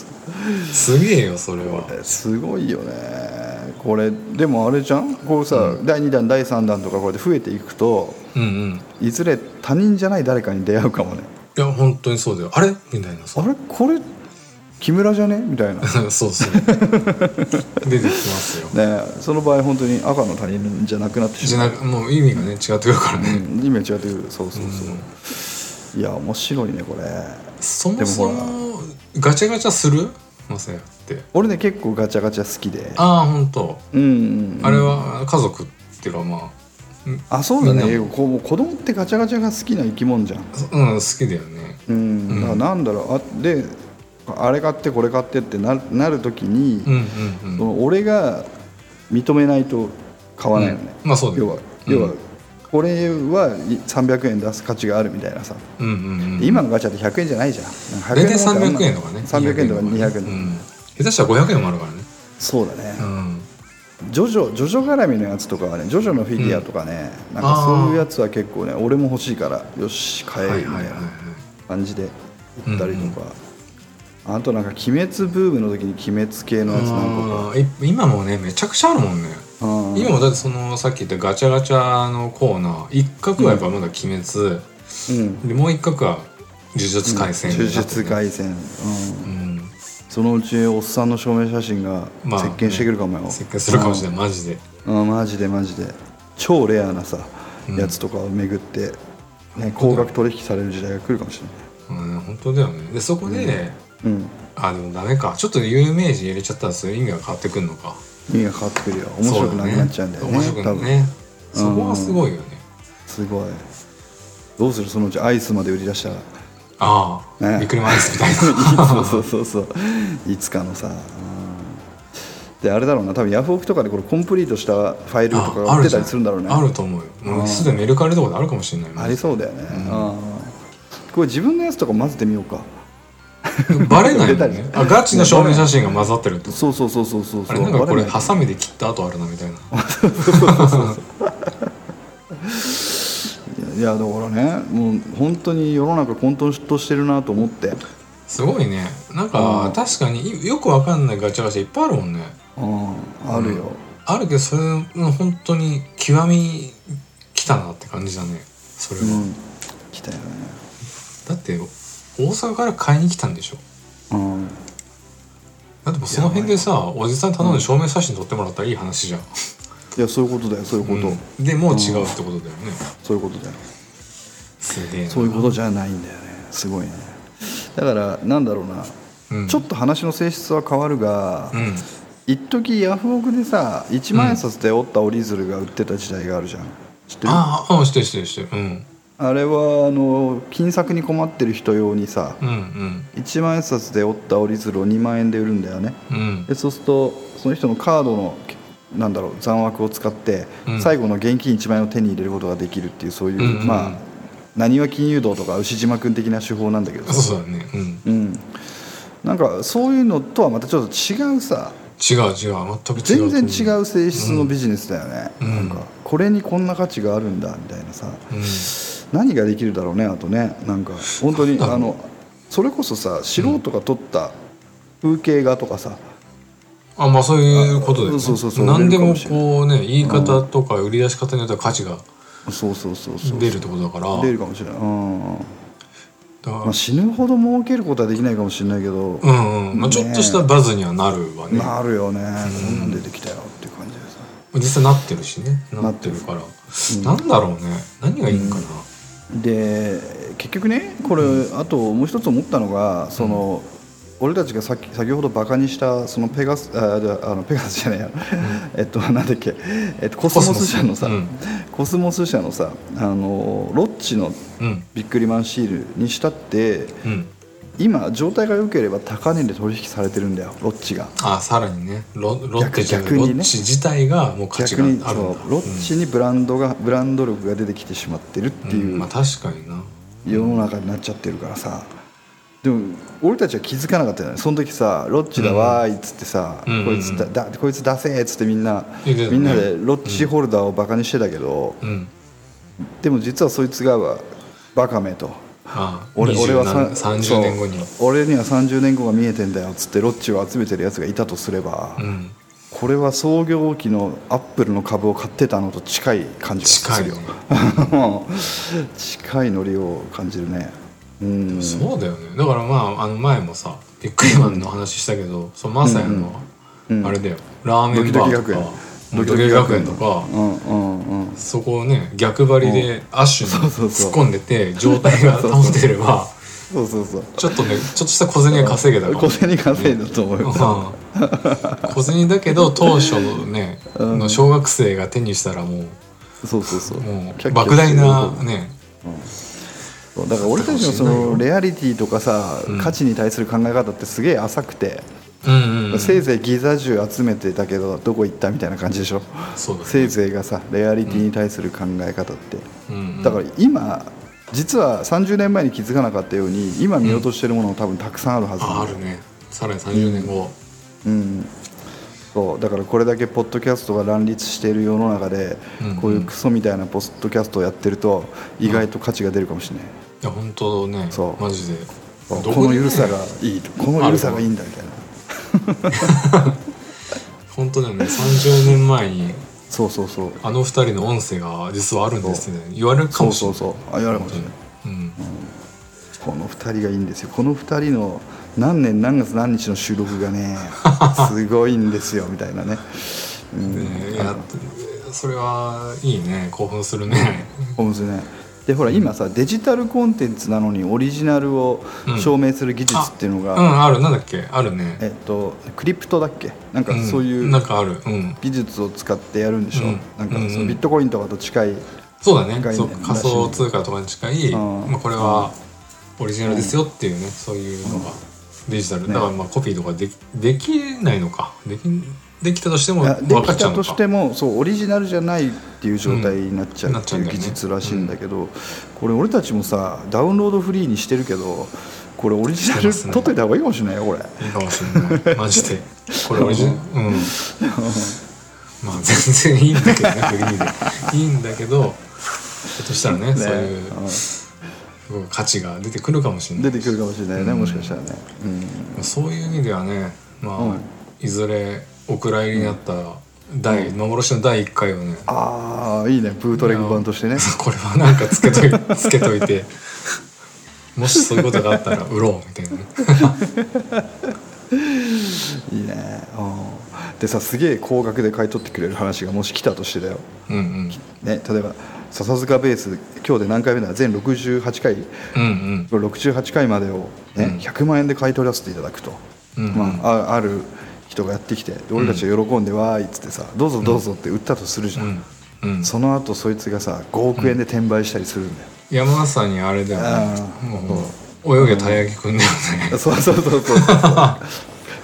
C: すげえよそれは
B: えすごいよねこれでもあれじゃんこうさ、第2弾第3弾とかこうやって増えていくと
C: うんうん
B: いずれ他人じゃない誰かに出会うかもね
C: いや本当にそうだよあれみたいなさ
B: あれこれ木村じゃねみたい な、ね、
C: そうですね出てきますよ
B: その場合本当に赤の他人じゃなくなってし
C: じゃ
B: ま
C: な
B: う
C: くもう意味がね違ってくるからね、
B: うん意味が違ってくるそうそうそう、いや面白いねこれ
C: そもそ
B: でも
C: もガチャガチャするマサヤって
B: 俺ね結構ガチャガチャ好きで
C: ああ本当、
B: うんうんうん
C: あれは家族っていうかま
B: あそうだ
C: み
B: ね
C: ん
B: こう子供ってガチャガチャが好きな生き物じゃん
C: あうん好きだよね
B: うん、
C: うん
B: だからなんだろうあであれ買ってこれ買ってってななる時に、
C: うんうん
B: そ
C: うん
B: の俺が認めないと買わないよね、
C: うんまあそうだね
B: 要は要は、
C: うん
B: これはい300円出す価値があるみたいなさ、
C: うんうんうん
B: で今のガチャって100円じゃないじゃんなんか
C: 大体
B: のもんってあ
C: 300
B: ん
C: 円
B: な
C: とかね
B: 300円とか200円とか、
C: うん、下手したら500円もあるからね
B: そうだね、
C: うん
B: ジョジョジョジョ絡みのやつとかはねジョジョのフィギュアとかね、なんかそういうやつは結構ね俺も欲しいからよし買え
C: はい
B: み
C: は
B: た
C: い
B: い
C: はいは
B: ない感じで行ったりとか、あとなんか「鬼滅ブーム」の時に鬼滅系のやつ何個か
C: あーい今もねめちゃくちゃあるもんね
B: うん
C: 今もだってそのさっき言ったガチャガチャのコーナー一角はやっぱまだ「鬼滅」
B: うん
C: でもう一角は「呪術廻戦」
B: 呪術廻戦、うん
C: うん
B: そのうちおっさんの証明写真が
C: まあ
B: 接見してくるかもよ、
C: 設計するかもしれないマジで
B: うんうんマジでマジで超レアなさ、
C: うん
B: やつとかを巡って、ね、高額取引される時代が来るかもし
C: うん本当だよねでそこで、
B: れない、うん、
C: あでもダメかちょっと有名人入れちゃったらそういう意味が変わってくるのか
B: 意味が変わってくるよ面白くなくなっちゃうんだよね
C: そうだ
B: 多
C: ね面白く
B: 分
C: ねそこはすごいよね、
B: すごいどうするそのうちアイスまで売り出した ら
C: ああ、
B: ね
C: びっくりマンスみたいな
B: そうそうそうそういつかのさ、うんであれだろうな多分ヤフオクとかでこれコンプリートしたファイルとかが売ってたりするんだろうね
C: あると思うよもうすでにメルカリとかであるかもしれないもん
B: ありそうだよね、うんこれ自分のやつとか混ぜてみようか
C: バレないも
B: 出た
C: ん
B: り
C: ね
B: ね
C: あガチの証明写真が混ざってるってこと
B: そうそうそうそうそうそ
C: あ
B: う
C: れなんかこれ
B: バレない
C: ハサミで切った跡あるな みたいない
B: やいやだからねもう本当に世の中混沌としてるなと思って
C: すごいねなんか確かにいよくわかんないガチャガチャいっぱいあるもんね
B: うんあるよ、
C: あるけどそれの本当に極み来たなって感じだねそれは、
B: うん来たよね
C: だって大阪から買いに来たんでしょ
B: うん
C: だってもうその辺でさおじさんに頼んで証明写真撮ってもらったらいい話じゃん、
B: いやそういうことだよそういうこと、
C: うんでもう違うってことだよね
B: そういうことだよ
C: すげえな
B: そういうことじゃないんだよねすごいねだからなんだろうな、
C: うん
B: ちょっと話の性質は変わるが、
C: うん
B: 一時ヤフオクでさ1万円札で折った折り鶴が売ってた時代があるじゃん知ってるあ
C: ああうんしてるしてるしてるうん
B: れはあの金策に困ってる人用にさ
C: うんうん
B: 1万円札で折った折り鶴を2万円で売るんだよね
C: うん
B: でそうするとその人のカードのなんだろう残枠を使って
C: うん
B: 最後の現金1万円を手に入れることができるっていうそういう、
C: うんうんうん
B: まあ何は金融道とか牛島君的な手法なんだけどさ
C: そうだねうん
B: うん、なんかそういうのとはまたちょっと違うさ
C: 違う違う全く違
B: 全
C: う
B: 然違う性質のビジネスだよね、
C: うん
B: なんかこれにこんな価値があるんだみたいなさ
C: うん
B: 何ができるだろうねあとねなんか本当に
C: なんだろう
B: あのそれこそさ素人が撮った風景画とかさ、
C: あまあそういうことだよね
B: あそうそうそう
C: 何でも
B: 売れるかも
C: こうね言い方とか売り出し方によっては価値が
B: そうそうそうそう
C: 出るってことだから
B: 出るかもしれない、うん
C: だから
B: まあ、死ぬほど儲けることはできないかもしれないけど、
C: うんうんまあちょっとしたバズにはなるわね
B: まああるよね、こんなん出てきたよっていう感じでさ
C: 実際なってるしね
B: な
C: な
B: っ
C: ってて
B: る
C: るからなんだろうね何がいいんかな
B: で結局ねこれ、あともう一つ思ったのがその、俺たちがさっき先ほどバカにしたそのペガスあじゃああのペガスじゃないや、 えっとなんだっけ、えっと、コスモス社のさ
C: コスモス
B: コスモス社のさあのロッチの
C: うん
B: ビックリマンシールにしたって
C: うん
B: 今状態が良ければ高値で取引されてるんだよロッチが
C: あさらにねロロッテじゃなく
B: 逆
C: ロ
B: にね
C: ッチ自体がもう価値
B: 逆
C: がある
B: に
C: ん
B: そ
C: だ
B: うロッチにブランドが、ブランド力が出てきてしまってるっていう、
C: うんまあ確かにな
B: 世の中になっちゃってるからさでも俺たちは気づかなかったよねその時さ「ロッチだわーい」っつってさ、
C: うん
B: こいつだだこいつ出せーっつってみんな、
C: 言ってたね
B: みんなでロッチホルダーをバカにしてたけど、
C: うん
B: でも実はそいつがバカめと
C: あ
B: 俺俺はさ
C: 三30年後に
B: そう俺には30年後が見えてんだよっつってロッチを集めてるやつがいたとすれば、
C: うん
B: これは創業期のアップルの株を買ってたのと近い感じがするよ
C: 近い
B: 近いノリを感じるねうん
C: そうだよねだからまああの前もさ PayPay ビックリマンの話したけど、そのまさやの、
B: うん
C: あれだよラーメンバーとか
B: ドキド
C: ドキド
B: キ
C: キ
B: 学
C: 学
B: 園
C: 園とか、
B: うんうんうん
C: そこをね逆張りでアッシュ
B: そう
C: に
B: そうそ
C: 突
B: う
C: っ込んでて状態が保ててれば
B: そうそうそう
C: ちょっとねちょっとした小銭が稼げたかも
B: 小銭稼いだと思います
C: うん小銭だけど当初のね、
B: うん
C: の小学生が手にしたらも
B: そうそうそう
C: うもう
B: キャッキャ
C: 莫大なね
B: そうだから俺たちのそのレアリティとかさ
C: うん
B: 価値に対する考え方ってすげえ浅くて、
C: うんうんうん
B: せいぜいギザ銃集めてたけどどこ行ったみたいな感じでしょ
C: そうだね
B: せいぜいがさレアリティに対する考え方って、
C: うんうん
B: だから今実は30年前に気づかなかったように今見落としてるものも多分たくさんあるはず
C: あ
B: な
C: あ
B: んだよ
C: るねさらに30年後、
B: うん、そうだからこれだけポッドキャストが乱立している世の中で、
C: うんうん
B: こういうクソみたいなポッドキャストをやってると意外と価値が出るかもしれない、
C: いや本当ね
B: そう
C: マジで
B: そう
C: ど
B: この
C: でね
B: 緩さがいいとこの緩さがいいんだみたいな
C: 本当だよね30年前に
B: そうそうそう
C: あの二人の音声が実はあるんですね言われるか
B: そう
C: もし
B: そ
C: れ
B: う
C: ない
B: そうあやるかもしれない、
C: うん
B: この2人がいいんですよこの2人の何年何月何日の収録が ねすごいんですよみたいなね、うん、
C: ねいやそれはいいね興奮するね
B: おむすねでほら今さデジタルコンテンツなのにオリジナルを証明する技術っていうの
C: う
B: が、
C: んあるなんだっけあるね
B: えっとクリプトだっけなんか
C: ん
B: そういう
C: なんかあるうん
B: 技術を使ってやるんでしょ、
C: うん
B: なんかそ
C: うん
B: の
C: うん
B: ビットコインとかと近い、
C: そうだね
B: 概念
C: そう
B: らしい
C: 仮想通貨とかに近い、
B: うん
C: まあ、これはオリジナルですよっていうね、そういうのがデジタル、
B: ね
C: だからまあコピーとかできできないのかできできたとしても
B: いやで
C: 分か
B: き
C: っちゃ
B: た
C: うの
B: と
C: か
B: してもそうオリジナルじゃないっていう状態になっちゃう
C: うん
B: ってい
C: な
B: う
C: っちゃうんだよ
B: 技
C: ね
B: 術らしいんだけど、これ俺たちもさダウンロードフリーにしてるけどこれオリジナル
C: してます
B: 取
C: ね
B: っといた方がいいかもしれないよこれ
C: いいかもしれないマジ でこれオリジナルうんまあ全然いいんだけどねフリーでいいんだけどひょっとしたらねそういううん価値が出てくるかもしれな
B: 出
C: い
B: てくるかもしれないよね、もしかしたらね、うん
C: そういう意味ではねまあ、
B: うん
C: いずれお蔵入りになった第、幻の第1回をね
B: ああいいねブートレグ版としてね
C: これはなんかつけと いつけといてもしそういうことがあったら売ろうみたいなね
B: いいね、うん、でさすげえ高額で買い取ってくれる話がもし来たとしてだよ、
C: うんうん
B: ね、例えば笹塚ベース今日で何回目だ全68回
C: うん
B: これ68回までを、ね100万円で買い取らせていただくと、
C: うんうん
B: まあ、あある人がやってきてで俺たちが喜んで「わーい」っつってさ「どうぞどうぞ」って売ったとするじゃ
C: うん
B: ん、
C: うんうん
B: その後そいつがさ5億円で転売したりするんだよ、
C: 山まさにあれだよね
B: あー
C: もう泳げたい焼きくんだよね
B: そうそうそう そう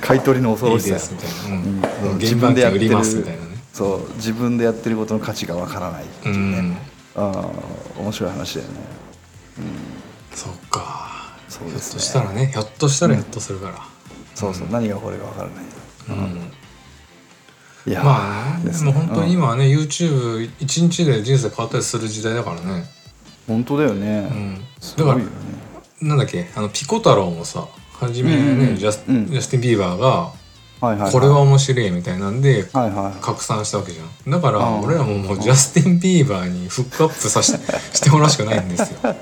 B: 買い取りの恐
C: い
B: ろ
C: い
B: しさ
C: ですみたいなうん
B: うん
C: もう原版権売りますみたいなね
B: そう自分でやってることの価値がわからないって
C: う、
B: いうんね、ああ面白い話だよね
C: そっか
B: そうですね
C: ひょっとしたらねひょっとしたらひょっとするから、
B: そうそう、何がこれかわからない
C: うん
B: いやー
C: まあ、ね、
B: です
C: でも本当に
B: うん
C: 今はね、YouTube 一日で人生変わったりする時代だからね、
B: 本当だよね、
C: うん、
B: す
C: だ
B: ごい
C: か
B: よね
C: らなんだっけあのピコ太郎もさ初めね、
B: うんうんうん
C: ジャス
B: うん
C: ジャスティン・ビーバーが、
B: はいはいい
C: これは面白いみたいなんで
B: はいはい
C: 拡散したわけじゃんだから
B: うん
C: 俺らももうジャスティン・ビーバーにフックアップさ せしてもらうしかないんですよ、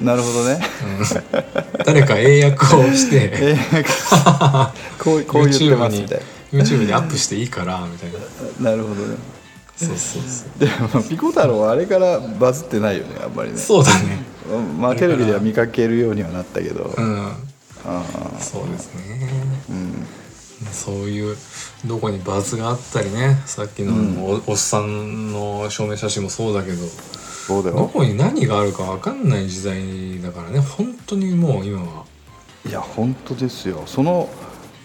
B: なるほどね
C: うん誰か英訳をして
B: えーこうこう言ってます
C: YouTube
B: み
C: に
B: たい
C: YouTube にアップしていいからみたい
B: な
C: な
B: なるほどね
C: そうそうそう
B: でもピコ太郎はあれからバズってないよねあんまりね
C: そうだね
B: うんまあテレビでは見かけるようにはなったけど、
C: うん
B: ああ
C: そうですね、そういうどこにバズがあったりねさっきのお,、おっさんの証明写真もそうだけど
B: そうだ
C: ど
B: よ
C: こに何があるか分かんない時代だからね本当にもう今はい
B: や本当ですよその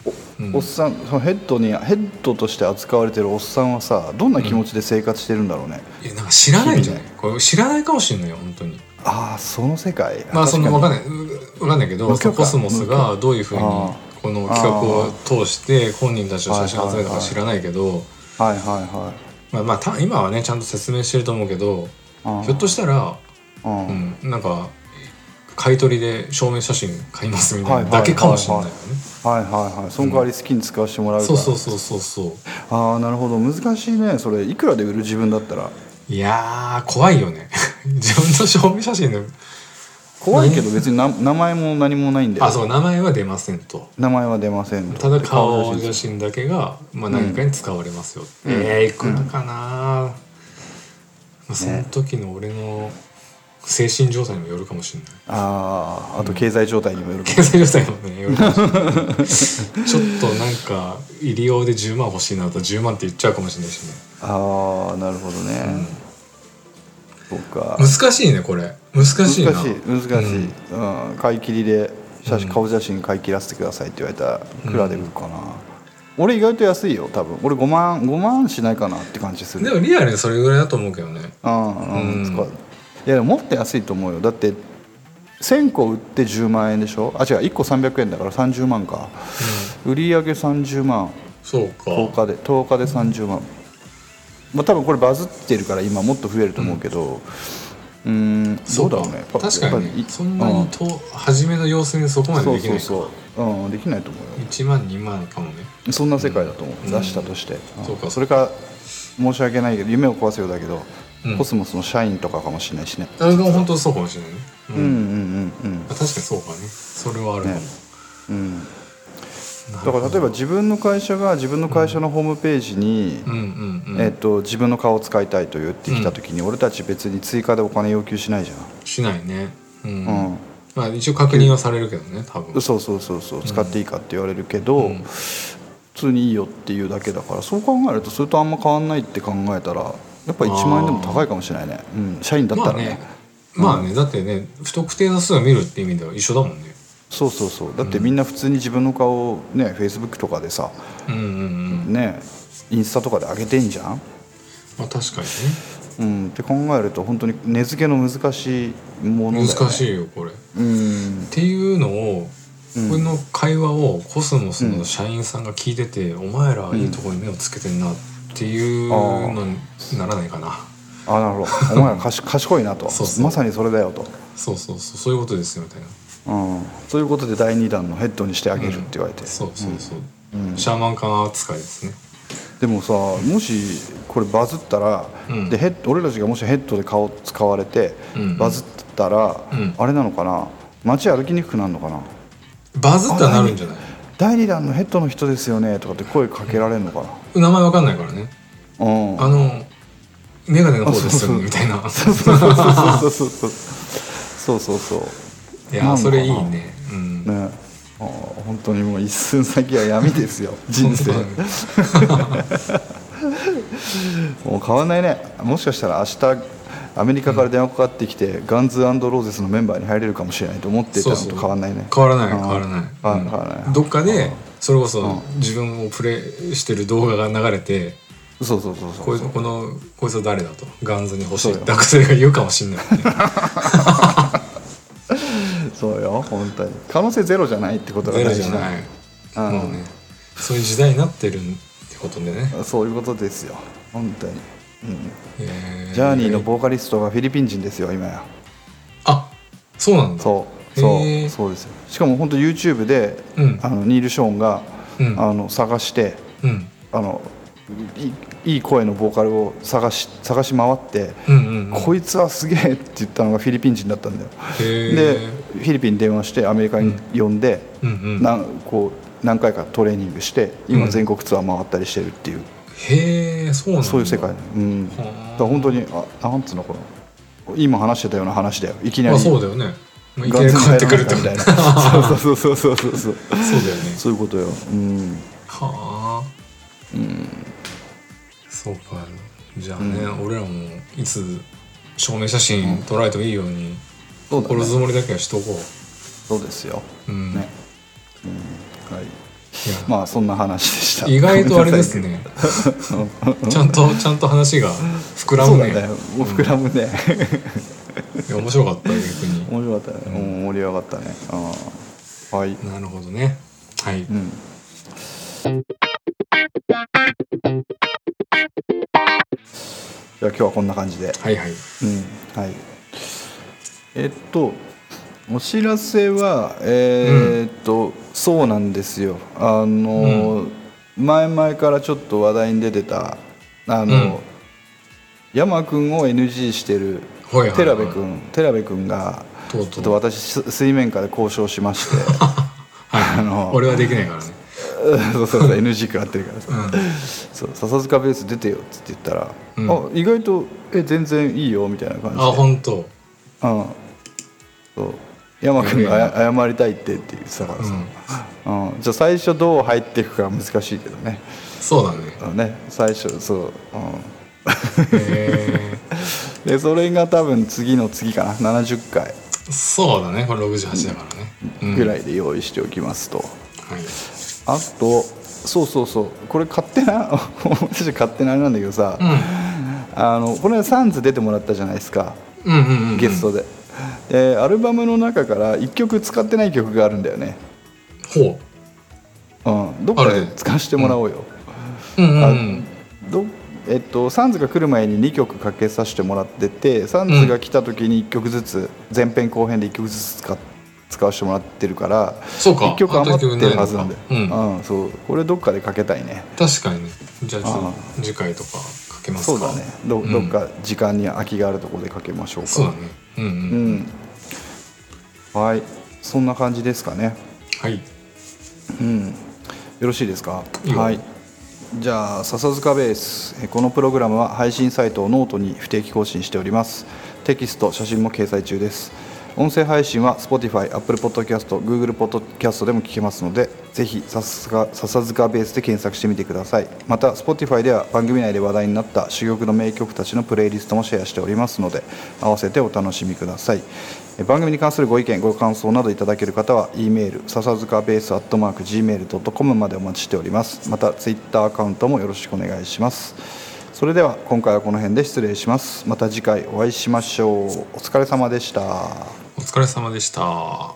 B: お,、
C: うん
B: っさんそのヘッドにヘッドとして扱われてるおっさんはさどんな気持ちで生活してるんだろうね、
C: いやなんか知らないんじゃないこれ知らないかもしれないよ本当に
B: ああその世界
C: まあその分かん
B: ない
C: ないう分かんないけ
B: 無
C: どそ
B: 許可
C: のコスモスがどういうふうに
B: 無許可あ
C: この企画を通して本人たちの写真を集めた
B: はいはいは
C: か
B: い
C: 知らないけど
B: はいはいはい
C: まあまあた今はねちゃんと説明してると思うけど
B: ああ
C: ひょっとしたら
B: うん
C: うん、なんか買い取りで証明写真買いますみた
B: はいいは
C: ないだけかもしれないよね、
B: はいはいはいその代わり好きに使わせてもらうから、
C: そうそうそうそうそう
B: ああなるほど難しいねそれいくらで売る自分だったら
C: いやー怖いよね自分の証明写真の
B: 怖いけど別にな名前も何もないんで
C: あそう名前は出ませんと
B: 名前は出ませんと
C: ただ顔写真だけが、まあ、何かに使われますよ、
B: うん
C: えー、いくらかな、まあ、その時の俺の精神状態にもよるかもしれない
B: あああと経済状態にもよるかも
C: 経済状態もねよるかもしれないちょっとなんか入り用で10万欲しいなと10万って言っちゃうかもしれないしね
B: ああなるほどね、そうか
C: 難しいねこれ難しいな
B: 難しい難しい、うん買い切りで写真顔写真買い切らせてくださいって言われたらいくらで売るかな、俺意外と安いよ多分俺5万5万しないかなって感じす
C: で
B: る
C: もリアルにそれぐらいだと思うけどね
B: うんうん
C: うん
B: 使ういやでももっと安いと思うよだって1000個売って10万円でしょあ違う1個300円だから30万か、売り上げ30万
C: そうか
B: 10日で10日で30万、まあ、多分これバズってるから今もっと増えると思うけどうーん
C: そ
B: ど
C: う
B: うだ
C: か
B: ろうね
C: 確か
B: やっぱ
C: に
B: り
C: ねそんなにと、初めの様子にそこまで
B: そう
C: でき
B: そ
C: な
B: う
C: いか
B: そう、うん、できないと思うよ
C: 1万2万かもね
B: そんな世界だと思う、
C: うん
B: 出したとして、ん
C: そうか
B: それから申し訳ないけど夢を壊せようだけど、
C: うん
B: コスモスの社員とかかもしれないしね
C: あれが本当そうかもしれないね、うん
B: うんうんうん
C: あ確かにそうかねそれはあるかも、
B: ねうんうんだ
C: なる
B: か
C: ほ
B: ら
C: ど
B: 例えば自分の会社が自分の会社のホームページに、
C: うんうんうん、
B: えっと自分の顔を使いたいと言ってきた時に、俺たち別に追加でお金要求しないじ
C: しないねうん、
B: ゃん、うん、
C: まあ一応確認はされるけどね多分
B: そうそうそうそう使っていいかって言われるけど、
C: うん
B: 普通にいいよっていうだけだからそう考えるとそれとあんま変わんないって考えたらやっぱ1万円でも高いかもしれないね、うん、社員だった
C: まあ
B: らね,、
C: ねまあね、だってね不特定多数を見るって意味では一緒だもんね
B: そうそうそうだってみんな普通に自分の顔をねフェイスブックとかでさ
C: うんうんうん
B: ねインスタとかで上げてんじゃん、
C: まあ確かに
B: うん、って考えると本当に根付けの難しいものだよ
C: ね
B: ね
C: 難
B: い、
C: しいよこれっ
B: うん、
C: ていうのを
B: うん
C: これの会話をコスモスの社員さんが聞いてて、お前らいいとこに目をつけてんなっていうのにならないかな、
B: あなるほどお前らかし賢いな と
C: そうそう
B: まさにそれだよと、
C: そうそうそうそういうことですよみたいな
B: うん、ということで第2弾のヘッドにしてあげるって言われて、
C: そうそうそう、
B: うん
C: シャーマン感扱いですね
B: でもさもしこれバズったら、
C: うん
B: でヘッ俺たちがもしヘッドで顔使われて、
C: うん
B: バズったら、
C: うん
B: あれなのかな街歩きにくくなるのかな
C: バズったらなるんじゃない
B: 第2弾のヘッドの人ですよねとかって声かけられるのか
C: 名前わかんないからね
B: な、う ん、
C: あの眼鏡の方ですよねみた いな
B: そうそうそうそうそうそうそうそう
C: い
B: な
C: や
B: んのかな
C: それいいねうん
B: ねあー本当にもう一寸先は闇ですよ人生
C: 本当だね
B: もう変わんないねもしかしたら明日アメリカから電話かかってきて、ガンズローゼスのメンバーに入れるかもしれないと思っていたのと変わんないね
C: 変わらない
B: あー
C: 変わらない
B: 変わ
C: うん
B: 変わらない
C: どっかでそれこそ自分をプレイしてる動画が流れて
B: そうそうそうそ
C: こ
B: う
C: いこのこいつは誰だとガンズに欲しい
B: そうよ
C: 学生が言うかもしんないもんね
B: そうよ本当に可能性ゼロじゃないってことが
C: ゼロ
B: 大
C: じゃ
B: 事だ
C: ない
B: うん
C: もうねそういう時代になってるってことでね
B: そういうことですよ本当に、うん
C: え
B: ジャーニーのボーカリストがフィリピン人ですよ今や
C: あそうなんだ
B: そうそ
C: へ
B: う
C: ー
B: そうですよしかも本当 YouTube で、
C: うん
B: あのニール・ショーンが、
C: うん
B: あの探して
C: うん
B: あのいいいい声のボーカルを探し探し回って、
C: うんうんうん
B: こいつはすげえって言ったのがフィリピン人だったんだよ、
C: へー
B: でフィリピンに電話してアメリカに呼んで、
C: うんうん
B: なんこう何回かトレーニングして
C: う
B: 今
C: ん
B: 全国ツアー回ったりしてるっていう、
C: へえそうなんだ
B: そういう世界だ,、うん、だ
C: は
B: か
C: ー
B: ら本当にあなんつうのこの今話してたような話だよいきな
C: ま
B: り
C: あそうだよねまあいき
B: ガン
C: なり
B: ズ
C: 変わってくるってこ
B: み
C: と
B: たい
C: だ
B: な
C: よね
B: そうそうそうそうそうそう
C: そうだよね
B: そういうことよ、うん、
C: はあそうかじゃあね、俺らもいつ証明写真撮られてもいいように
B: そうだね
C: 心づもりだけはしとこ
B: そうですよ、
C: う、うん
B: ねうんはい、
C: いや
B: まあそんな話でした
C: 意外とあれです ねちゃんとちゃんと話が膨ら
B: そう
C: む
B: な
C: ね
B: んだよもう膨らむね、
C: いや面白かった逆に
B: 面白かったね、うん、盛り上がったねあはい、
C: なるほどねはい、
B: うん、じゃあ今日はこんな感じで
C: はいは
B: う
C: い
B: んはいえっとお知らせはえーっと、そうなんですよあの、前々からちょっと話題に出てたあの、
C: うん
B: 山くんを NG してる
C: はいはいはい
B: 寺部くん寺部くんが
C: とうと
B: ちょ
C: う
B: っと私す水面下で交渉しま して
C: はい、
B: あの
C: 俺はできないからね
B: そうそうそう NG 食らってるからさ、
C: うん
B: そう笹塚ベース出てよっつって言ったら、
C: うん
B: あ意外とえ全然いいよみたいな感じで
C: あ本当
B: うんそう山君があや謝りたいってって言ってたからさ、うんじゃあ最初どう入っていくかは難しいけどね
C: そうだね
B: あのね最初そう、うん、
C: へ
B: でそれが多分次の次かな70回
C: ーそうだねこれ68だからね、うん
B: ぐ
C: い、
B: らいで用意しておきますと、
C: はい、
B: あとそうそうそうこれ勝手な 私勝手なあれなんだけどさ、あのこの間サンズ出てもらったじゃないですか
C: うんうんうん
B: ゲストで、でアルバムの中から1曲使ってない曲があるんだよね、
C: ほ
B: うん、どっか
C: ある
B: で
C: ね
B: 使わせてもらおうよ、
C: ううんうんうん
B: どえっと、サンズが来る前に2曲かけさせてもらっててサンズが来た時に1曲ずつ前編後編で1曲ずつ使っ使わせてもらってるから
C: そうか
B: 1曲余ってるはずなんで
C: あと一曲ないのか
B: うんそうこれどっかでかけたいね
C: 確かにねじゃあちょっ
B: あ
C: と次回とかかけます
B: そ
C: か
B: うだねど
C: うん
B: どっか時間に空きがあるところでかけましょうか
C: そうだねうんうん、
B: うんはいそんな感じですかね
C: はい
B: うん、よろしいですか
C: いいよ
B: はいじゃあ笹塚ベースえこのプログラムは配信サイトをノートに不定期更新しておりますテキスト写真も掲載中です音声配信は Spotify、Apple Podcast、Google Podcast でも聞けますのでぜひ笹塚笹塚ベースで検索してみてくださいまた Spotify では番組内で話題になった珠玉の名曲たちのプレイリストもシェアしておりますので合わせてお楽しみくださいえ番組に関するご意見ご感想などいただける方は E メール笹塚ベースアットマーク Gmail.com までお待ちしておりますまた Twitter アカウントもよろしくお願いしますそれでは今回はこの辺で失礼しますまた次回お会いしましょうお疲れ様でした
C: お疲れ様でした